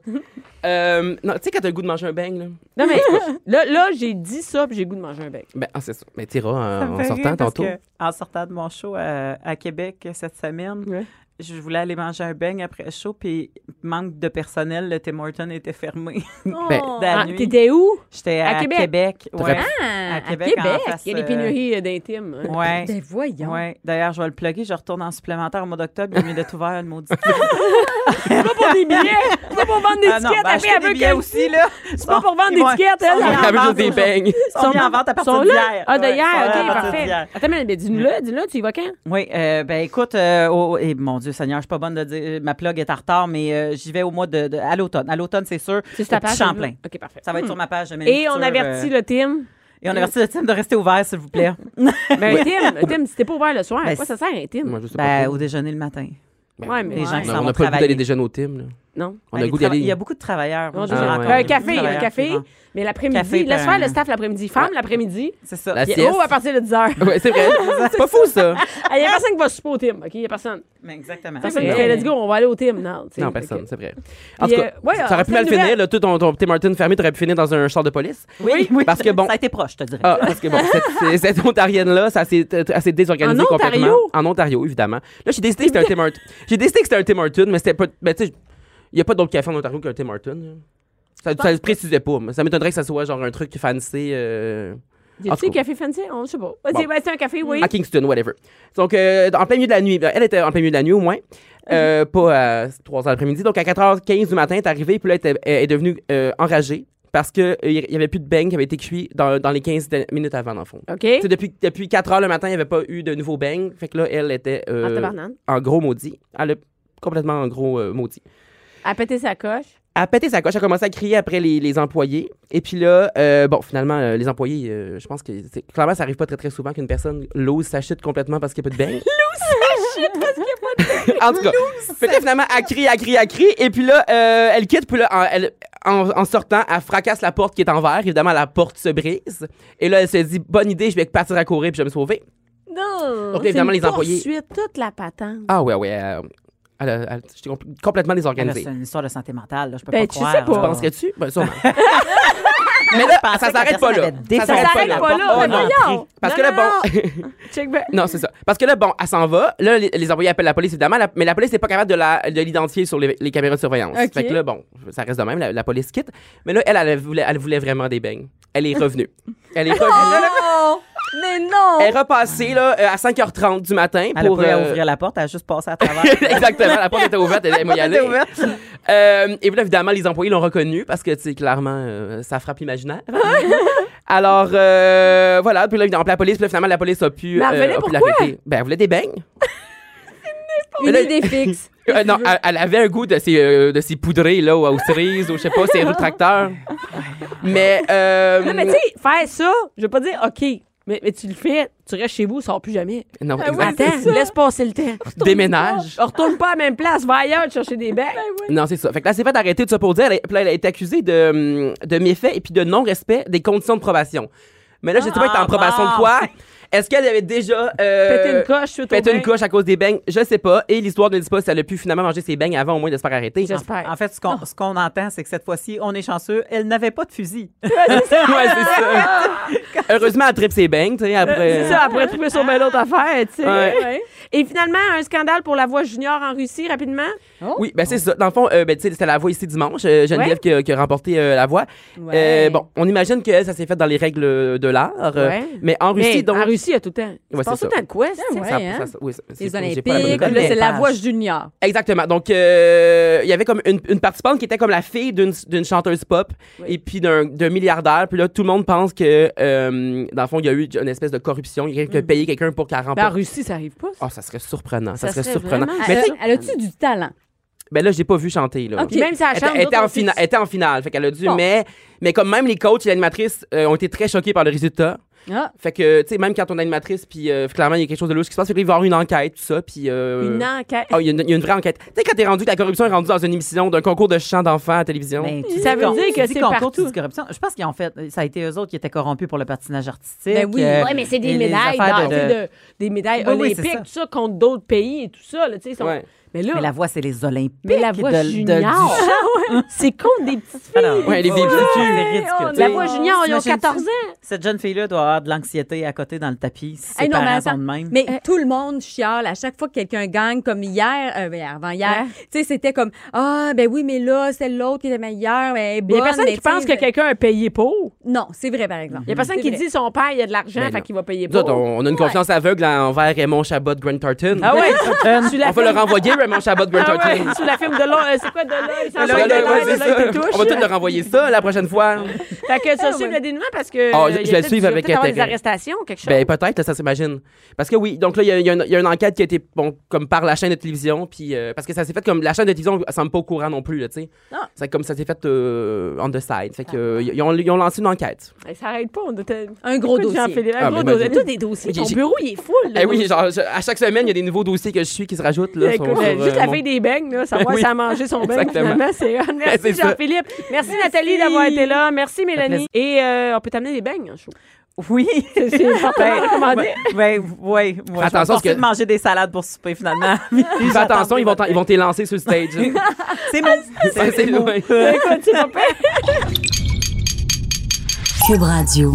Euh, non, tu sais, quand t'as le goût de manger un beigne, là.
Non, mais là, là j'ai dit ça, puis j'ai le goût de manger un bec.
Ben, ah, c'est ça. Mais t'iras en-
Ça me
en,
fait rire
sortant
parce
tantôt.
que en sortant de mon show à, à Québec euh, cette semaine,
Ouais.
je voulais aller manger un beigne après le show, puis manque de personnel, le Tim Hortons était fermé.
Ben,
de la
Ah,
nuit.
T'étais où?
J'étais
à
à,
Québec?
Québec.
T'aurais
ouais.
pu-
Ah,
À Québec, en face,
Il y a des
euh,
pénuries euh, d'intimes. hein.
Ouais.
Ben voyons.
Ouais. D'ailleurs, je vais le plugger. Je retourne en supplémentaire au mois d'octobre. Il est mieux d'être ouvert, le maudit.
C'est pas pour des billets! C'est pas pour vendre des
Ah non,
étiquettes!
ben,
après,
achetez
elle
des
veut
billets
que-
aussi, là.
C'est pas pour vendre hein, des étiquettes,
Ils sont
elle!
mis
Ah,
en
mais juste
vente
des
aujourd'hui.
beignes.
Ils sont mis en vente à partir
Sont là?
d'hier.
Ah,
Ouais,
d'ailleurs,
ils sont là à
ok,
partir
parfait.
d'hier.
Attends, mais ben, dis-nous-le, dis-le, tu y vas quand?
Oui, euh, ben écoute, euh, oh, et mon Dieu Seigneur, je suis pas bonne de dire, ma plug est en retard, mais euh, j'y vais au mois de, de- à l'automne. À l'automne, c'est sûr.
C'est sur ta
au petit
page.
Champlain.
là? OK, parfait.
Ça va être sur ma page. de
Et
Minute
on
Culture,
avertit
euh,
le team.
et on avertit le team de rester ouvert, s'il vous plaît.
Mais Tim, Tim, si t'es pas ouvert le soir, à
Ben,
quoi ça sert un Tim?
Moi, je sais pas.
ben,
trop.
au déjeuner le matin.
Ouais, mais
Les gens qui
Non,
s'en
on
vont
n'a pas le goût
travailler.
d'aller déjeuner au team, là.
non.
On
Ben,
a
les
le goût
trava-
d'aller.
Il y a beaucoup de travailleurs.
Non,
Moi,
je
je
Ah,
rencontre
ouais.
Ben, un
beaucoup de
café, un
travailleurs,
café,
souvent.
mais
Café,
l'après-midi, laisse
ben,
faire le staff l'après-midi, femme l'après-midi,
C'est ça.
La
puis
sieste.
oh, à partir de 10 heures.
Ouais, c'est vrai. c'est pas fou, ça.
Il y a personne qui va souper au Tim, OK? Il y a personne.
Mais exactement.
Personne qui dit, hey, let's go, on va aller au Tim. Non, tu sais.
Non, personne,
Fait
c'est vrai. En tout
Puis,
cas,
euh, ouais,
ça aurait
on
pu
fait
mal
une
finir,
nouvelle.
là, tout ton, ton Tim Martin fermé, t'aurais pu finir dans un char de police.
Oui, oui.
Parce que bon-
Ça a été proche, je te dirais.
Ah, parce que bon, cette, c'est- cette Ontarienne-là, ça s'est euh, elle s'est désorganisée
En Ontario?
complètement. En Ontario, évidemment. Là, j'ai décidé que c'était un Tim Hortons. J'ai décidé que c'était un Tim Hortons, mais c'était pas. Ben, tu sais, il n'y a pas d'autre café en Ontario qu'un Tim Hortons. là. Ça, ça le précisait pas. mais Ça m'étonnerait que ça soit genre un truc fancy. euh,
que, Y
En
a-tu
tout
un
cas.
café fancy? On ne sait pas. Vas-y,
Bon.
ben, c'est un café, oui.
à Kingston, whatever. Donc, euh, en plein milieu de la nuit. Elle était en plein milieu de la nuit, au moins.
Mhm.
Euh, pas à 3 h l'après-midi. Donc, à 4h15 du matin, elle est arrivée, puis là, elle, était- elle est devenue euh, enragée parce qu'il n'y avait plus de beignes qui avaient été cuits dans, dans les 15 de- minutes avant, dans le fond.
OK.
Tu sais, Depuis, depuis 4 h le matin, il n'y avait pas eu de nouveaux beignes. Fait que là, elle était euh,
En tabarnane.
en gros maudit. Elle a complètement en gros euh, maudit.
À péter sa coche.
Elle a pété sa coche, elle a commencé à crier après les, les employés. Et puis là, euh, bon, finalement, euh, les employés, euh, je pense que c'est- clairement, ça arrive pas très très souvent qu'une personne lose sa shit complètement parce qu'il n'y a pas de beignes. En tout cas, fait que là, finalement, elle crie, elle crie, elle crie. Et puis là, euh, elle quitte. Puis là, en, elle- en- en sortant, elle fracasse la porte qui est en verre. Évidemment, la porte se brise. Et là, elle se dit Bonne idée, je vais partir à courir puis je vais me sauver.
Non.
Donc, évidemment,
C'est une
les employés-
poursuite, toute la patente.
Ah, ouais, ouais. euh, elle a- elle- J'étais compl- complètement
Là,
désorganisée.
C'est une histoire de santé mentale. Là. Je peux
Ben,
pas
tu
croire.
sais pas.
là.
Tu
Penses que tu Ben, sûrement.
Mais
là, ça s'arrête pas là.
Ça
s'arrête
pas là. Oh,
Oh,
non.
non.
Voyons.
Parce
Non,
que là,
non,
bon.
Check back.
Non, c'est ça. Parce que là, bon, elle s'en va. Là, les, les employés appellent la police, évidemment, la- mais la police n'est pas capable de la- de l'identifier sur les, les caméras de surveillance.
Ok.
Fait que là, bon, ça reste de même, la, la police quitte. Mais là, elle, elle voulait, elle voulait vraiment des beignes. Elle est revenue. Elle est revenue.
Oh, mais non!
elle est repassée là, euh, à 5h30 du matin
Elle
pour.
pourrait
euh,
ouvrir la porte, elle a juste passé à travers.
Exactement, la porte était ouverte, elle moi y aller.
Elle était ouverte.
Euh, et puis là, évidemment, les employés l'ont reconnue parce que, tu sais, clairement, euh, ça frappe imaginaire. Alors, euh, voilà. Puis là, évidemment, la police, puis là, finalement, la police a pu,
Mais elle revenait
a pu
pourquoi?
l'arrêter. Ben, elle voulait des beignes.
Une
là-
idée fixe.
Euh, non, elle, elle avait un goût de ces, euh, de ces poudrés, là, aux cerises, ou je sais pas, ces roues de tracteur. Mais, euh,
Non, mais tu sais, faire ça, je veux pas dire OK, mais, mais tu le fais, tu restes chez vous, sors plus jamais.
non,
Ah oui,
exact.
c'est ça.
Attends, laisse passer le temps.
Déménage.
Je retourne pas à la même place, va ailleurs chercher des becs.
Non, c'est ça. Fait que là, c'est fait arrêter tout ça pour dire. Elle, est- puis là, elle a été accusée de, hum, de méfait et puis de non-respect des conditions de probation. Mais là, je sais pas, elle est
Ah,
en probation
bon.
de quoi? Est-ce qu'elle avait déjà. euh,
Péter une coche suite au
pété une
bain.
coche à cause des beignes? Je sais pas. Et l'histoire ne dit pas si elle a pu finalement manger ses beignes avant au moins de se faire arrêter.
J'espère. Ah.
En fait, ce qu'on ce qu'on entend, c'est que cette fois-ci, on est chanceux. Elle n'avait pas de fusil.
Ouais, c'est ça. Heureusement, elle tripe ses beignes, tu sais, après.
C'est ça, après trouver sur belle autre affaire, tu sais.
euh, Ouais.
Et finalement, un scandale pour la voix junior en Russie, rapidement.
Oui, ben c'est ça. Dans le fond, euh, ben, tu sais, c'était la voix ici dimanche. euh, Geneviève
Ouais.
qui, a, qui a remporté euh, la voix.
Ouais.
Euh, bon, on imagine que ça s'est fait dans les règles de l'art. euh,
Ouais.
Mais en Russie,
Mais
donc.
en Russie, il y a tout le temps. Il
Ouais,
se passe
c'est
tout le temps de quoi, ça?
Ah ouais.
ça-
hein?
ça- oui, c'est-
Les
c'est- j'ai
Olympiques,
pas la bonne
là,
école, mais-
c'est la
page.
voix junior.
Exactement. Donc, euh, il y avait comme une, une participante qui était comme la fille d'une d'une chanteuse pop et puis d'un d'un milliardaire. Puis là, tout le monde pense que, euh, dans le fond, il y a eu une espèce de corruption. Il y a
Mm-hmm.
quelqu'un qui a payé quelqu'un pour qu'elle
Ben, en
remporte.
Russie, ça arrive pas. ça.
Oh, ça serait surprenant. Ça,
Ça
serait,
serait
surprenant.
vraiment-
Mais
Elle,
tu-
elle a-tu du talent?
ben là, j'ai pas vu chanter. Là.
euh, Ok.
Puis Même si elle
Elle
chante,
était- elle était,
d'autres,
en
on sait
fina- elle
si-
était en finale. Fait qu'elle a dû,
Bon.
mais, mais comme même les coachs et l'animatrice euh, ont été très choqués par le résultat.
Ah.
Fait que, tu sais, même quand on a une matrice, puis euh, clairement, il y a quelque chose de louche qui se passe, fait que là, il va y avoir une enquête, tout ça, puis... euh,
Une enquête.
ah, il y, a une- il y a une vraie enquête. Tu sais, quand t'es rendu que la corruption est rendue dans une émission d'un concours de chant d'enfants à la télévision.
Ben, tu
Ça
dis
veut
con-
dire
tu
que
dis
c'est
concours,
partout.
tu dis corruption. Je pense qu'ils ont fait. Ça a été eux autres qui étaient corrompus pour le patinage artistique.
Ben oui.
euh,
Ouais, mais c'est
et
des
les
médailles,
affaires
dans-
de-
tu sais, de- des médailles
Oui, oui,
olympiques,
c'est ça.
tout ça, contre d'autres pays et tout ça. Là, tu sais, ils sont-
Ouais.
Mais là,
Mais la voix, c'est les Olympiques.
mais la voix
de- de- du
junior, Ah
chant.
ouais, c'est contre des petites filles.
Alors,
Ouais, les
oh,
débuts.
C'est ridicule.
La voix junior, ils ont
T'imagines-tu?
14 ans.
Cette jeune fille-là doit avoir de l'anxiété à côté dans le tapis.
Eh
Si ses
Hey, non, mais
parents
attends.
sont de même.
Mais
Euh.
tout le monde chiale à chaque fois que quelqu'un gagne, comme hier, euh, ben, avant hier.
Ouais.
Tu sais, c'était comme Ah, ben oui, mais là, c'est l'autre qui était meilleure. mais elle est
Il y a
bonne,
personne
mais
qui
tu sais,
pense que
je-
quelqu'un a payé pour.
Non, c'est vrai, par exemple.
Il y a personne
C'est
qui
vrai.
dit son père, il y a de l'argent,
Ben
fait
non.
qu'il va payer
Nous
pour.
autres, on, on a une confiance aveugle envers Raymond Chabot de Grant Tartan.
Ah ouais, tu
On
l'as
va
fait.
le renvoyer, Raymond Chabot de Grant
Ah
Tartan.
ouais, tu la filmes de l'œil. euh, C'est quoi de l'œil? Sans
Ouais,
l'œil de
Ah, ouais,
l'œil,
c'est
de l'œil te
ça.
touche.
On va tout leur envoyer ça la prochaine fois.
Fait que ça suit le dénouement parce que.
Ah,
euh, il y a
je- je
peut-être-
le suis
il va
avec
peut-être avoir des
intérêt.
arrestations ou quelque chose.
Ben peut-être, là, ça s'imagine. Parce que oui, donc là, il y a- il y, a une- il y a une enquête qui a été, bon, comme par la chaîne de télévision, puis euh, parce que ça s'est fait comme, la chaîne de télévision semble pas au courant non plus, là, tu sais.
Ah.
C'est comme ça s'est fait euh, on the side.
Ah.
Fait que, euh, ils, ont, ils ont lancé une enquête.
Hey, Ça arrête pas. On était...
Un gros
Écoute,
dossier.
Jean-Philippe, un
Ah,
gros
ben,
dossier.
ben,
Tous des dossiers.
j'ai-
Ton
j'ai-
bureau, il est full. là,
Eh oui,
donc-
genre, je- à chaque semaine, il y a des nouveaux dossiers que je suis qui se rajoutent, là.
Écoute,
sont sur,
euh,
euh,
juste la
mon-
fille des beignes, là, savoir si
Oui.
elle a mangé son beigne,
Exactement.
finalement, c'est hot. Merci
c'est ça.
Jean-Philippe. Merci Nathalie d'avoir été là. Merci Mélanie. Et euh, on peut t'amener des beignes, je trouve.
Oui.
C'est fortement recommandé.
Ben, oui, oui.
Attention, parce
Attention,
que-
de manger des salades pour souper, finalement.
Fais attention, ils vont t'en- ils vont t'élancer sur le stage.
C'est mou.
C'est- c'est- ouais.
Écoute, c'est pas pire.
Cube Radio.